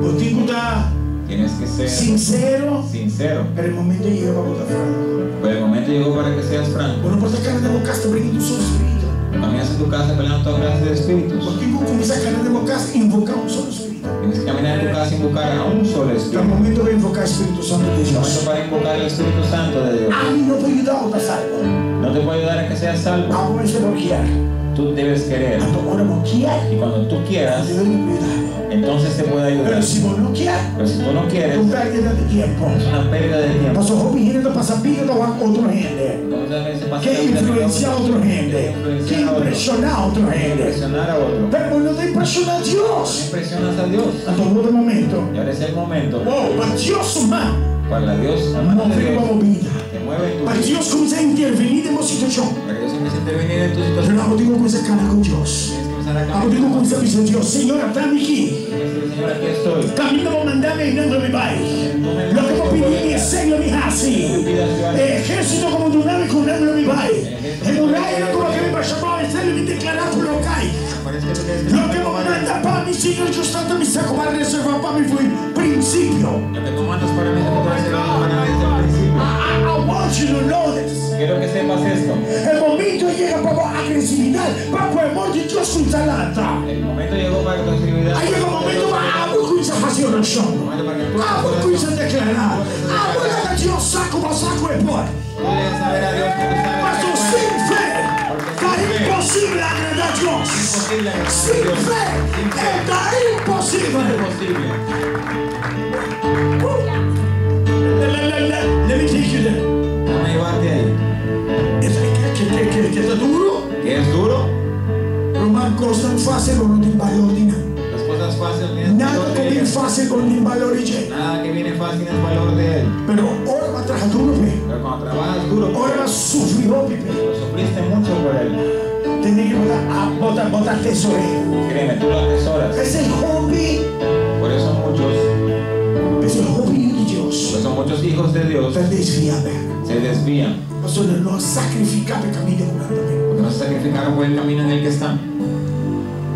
[SPEAKER 2] Vos tenés que estar
[SPEAKER 1] Tienes que ser
[SPEAKER 2] sincero,
[SPEAKER 1] sincero.
[SPEAKER 2] pero el momento llegó para botar franco.
[SPEAKER 1] Pero el momento llegó para que seas franco.
[SPEAKER 2] Por no portar de bocaste, brinque tu solo espíritu.
[SPEAKER 1] No me haces tu casa peleando todas clases de espíritus.
[SPEAKER 2] Porque vos comienza a caer de bocaste e invocar un solo espíritu.
[SPEAKER 1] Tienes que caminar en tu casa sin buscar a un solo
[SPEAKER 2] Hasta el
[SPEAKER 1] espíritu.
[SPEAKER 2] momento de invocar el Espíritu Santo de
[SPEAKER 1] Momento
[SPEAKER 2] Dios.
[SPEAKER 1] para invocar el Espíritu Santo de Dios.
[SPEAKER 2] A mí no puede ayudar a botar salvo.
[SPEAKER 1] No te puede ayudar a que seas salvo.
[SPEAKER 2] A comienza a bloquear.
[SPEAKER 1] Tú debes querer.
[SPEAKER 2] Cuando ahora bloquear,
[SPEAKER 1] Y cuando tú quieras,
[SPEAKER 2] te doy cuidado.
[SPEAKER 1] entonces te puede ayudar.
[SPEAKER 2] Pero si vos no quieres,
[SPEAKER 1] Pero si tú no quieres,
[SPEAKER 2] tú pierdes de tiempo.
[SPEAKER 1] es una pérdida de tiempo.
[SPEAKER 2] Pasó joven gente a pasar pila a otra gente.
[SPEAKER 1] Entonces a veces pasa la
[SPEAKER 2] Que
[SPEAKER 1] vida de
[SPEAKER 2] influencia a
[SPEAKER 1] otro,
[SPEAKER 2] otra
[SPEAKER 1] que
[SPEAKER 2] gente.
[SPEAKER 1] influencia
[SPEAKER 2] Que
[SPEAKER 1] a otro,
[SPEAKER 2] impresiona a otra gente.
[SPEAKER 1] impresionar a otro.
[SPEAKER 2] Pero no te impresiona a Dios.
[SPEAKER 1] Impresionas a Dios.
[SPEAKER 2] A todo de momento.
[SPEAKER 1] Y ahora es el momento
[SPEAKER 2] Oh, para Dios, man.
[SPEAKER 1] para Dios, la mano de
[SPEAKER 2] Mover
[SPEAKER 1] Dios,
[SPEAKER 2] como vida.
[SPEAKER 1] te mueve en tu
[SPEAKER 2] Para
[SPEAKER 1] vida.
[SPEAKER 2] Dios comienza a intervenir en la situación.
[SPEAKER 1] Para que Dios empiece a intervenir en tu
[SPEAKER 2] Pero
[SPEAKER 1] situación.
[SPEAKER 2] no digo con esa cara con Dios.
[SPEAKER 1] Tienes que empezar a
[SPEAKER 2] Ahora digo con
[SPEAKER 1] cambiar.
[SPEAKER 2] esa visión Dios. Señora, dame aquí.
[SPEAKER 1] Tienes que decir, Señor, aquí estoy.
[SPEAKER 2] Camino lo mandame y no mi país. Lo que vos pedí mi señor, mi así. Ejército como tu nave con un mi país. En un aire con lo que me pasó para vencerlo y declarar por lo que hay.
[SPEAKER 1] Parece que tú tienes que
[SPEAKER 2] Lo que vos manda para mi señor, yo santo mi saco para reservar para mi fui- principio.
[SPEAKER 1] Lo que tú mandas para mí, tú puedes hacerlo para mí desde el
[SPEAKER 2] I,
[SPEAKER 1] principio.
[SPEAKER 2] I, I want you to know this.
[SPEAKER 1] Quiero que sepas esto.
[SPEAKER 2] El momento llega para agresividad, para el amor de Dios con salata.
[SPEAKER 1] El momento llegó para tu actividad.
[SPEAKER 2] Ahí llega un momento para algo con esa pasión, no
[SPEAKER 1] Momento para que tú
[SPEAKER 2] Algo con esa declarar. Algo que Dios saco para saco después.
[SPEAKER 1] tú le hagas saber a Dios que tú sabes
[SPEAKER 2] Mas
[SPEAKER 1] que
[SPEAKER 2] eu
[SPEAKER 1] tú
[SPEAKER 2] sem
[SPEAKER 1] puedes.
[SPEAKER 2] fé, é impossível agradar a Deus. Sem
[SPEAKER 1] Imposible agradar a Dios. Sin
[SPEAKER 2] fé,
[SPEAKER 1] fe.
[SPEAKER 2] é impossível.
[SPEAKER 1] Es imposible.
[SPEAKER 2] Let me teach you that.
[SPEAKER 1] Déjame llevarte ahí.
[SPEAKER 2] If I catch it, take it, que é duro,
[SPEAKER 1] Que es duro,
[SPEAKER 2] uma coisa não fácil não tem valor de nada.
[SPEAKER 1] las cosas fáciles tienen
[SPEAKER 2] Nada
[SPEAKER 1] valor
[SPEAKER 2] que
[SPEAKER 1] de
[SPEAKER 2] vem
[SPEAKER 1] ellas.
[SPEAKER 2] fácil não tem valor de jeito.
[SPEAKER 1] Nada que viene fácil es valor de él.
[SPEAKER 2] Pero ora para trás duro, bem.
[SPEAKER 1] Pero cuando trabajas duro,
[SPEAKER 2] Ora sofreu, bem.
[SPEAKER 1] lo sufriste mucho por él.
[SPEAKER 2] Tem que botar, ah, botar, botar tesoureiro.
[SPEAKER 1] Créeme, tú lo atesoras.
[SPEAKER 2] Esse é hobby,
[SPEAKER 1] Por eso muchos,
[SPEAKER 2] esse é hobby de Deus.
[SPEAKER 1] por eso muchos hijos de Dios
[SPEAKER 2] Está desviada.
[SPEAKER 1] se desvían.
[SPEAKER 2] Pastor, no sacrificar el camino de orar también.
[SPEAKER 1] Porque no se sacrificaron por el camino en el que están.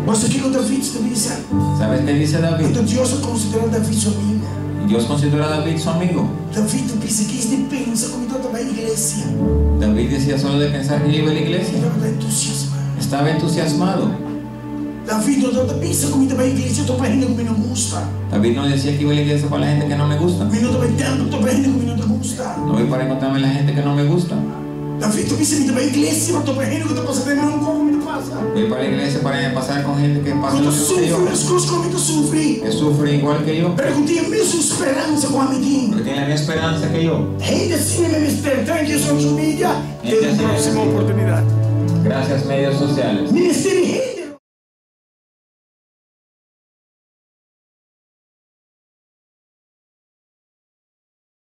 [SPEAKER 2] Mas aqui que o David também diz,
[SPEAKER 1] ¿Sabes qué dice David?
[SPEAKER 2] então Deus o considera David seu amigo.
[SPEAKER 1] Dios considera a David su amigo.
[SPEAKER 2] David disse que este pensa como toda a igreja.
[SPEAKER 1] David decía solo de pensar que iba a la
[SPEAKER 2] Ele
[SPEAKER 1] iglesia.
[SPEAKER 2] estava entusiasmado.
[SPEAKER 1] Estaba entusiasmado.
[SPEAKER 2] David não pensa como toda a igreja, estou perdendo como não gusta.
[SPEAKER 1] David no decía que iba a la iglesia para la gente que no me gusta.
[SPEAKER 2] Mas não estou tempo, estou perdendo como não gusta.
[SPEAKER 1] No voy para encontrarme la gente que no me gusta.
[SPEAKER 2] David pensa como toda a igreja, mas estou perdendo como passa tempo, não como me passa.
[SPEAKER 1] Voy para la iglesia para pasar con gente que pasa lo
[SPEAKER 2] Quando
[SPEAKER 1] mismo que yo.
[SPEAKER 2] sofro, as coisas como eu sofri.
[SPEAKER 1] Que sufre igual que yo.
[SPEAKER 2] Perguntei a mesma esperança com a amiguinho.
[SPEAKER 1] Que tiene la misma esperança que yo.
[SPEAKER 2] Ainda assim, me Mr. Tank e sua família, teve a próxima oportunidade.
[SPEAKER 1] Gracias medios sociales.
[SPEAKER 2] Ministério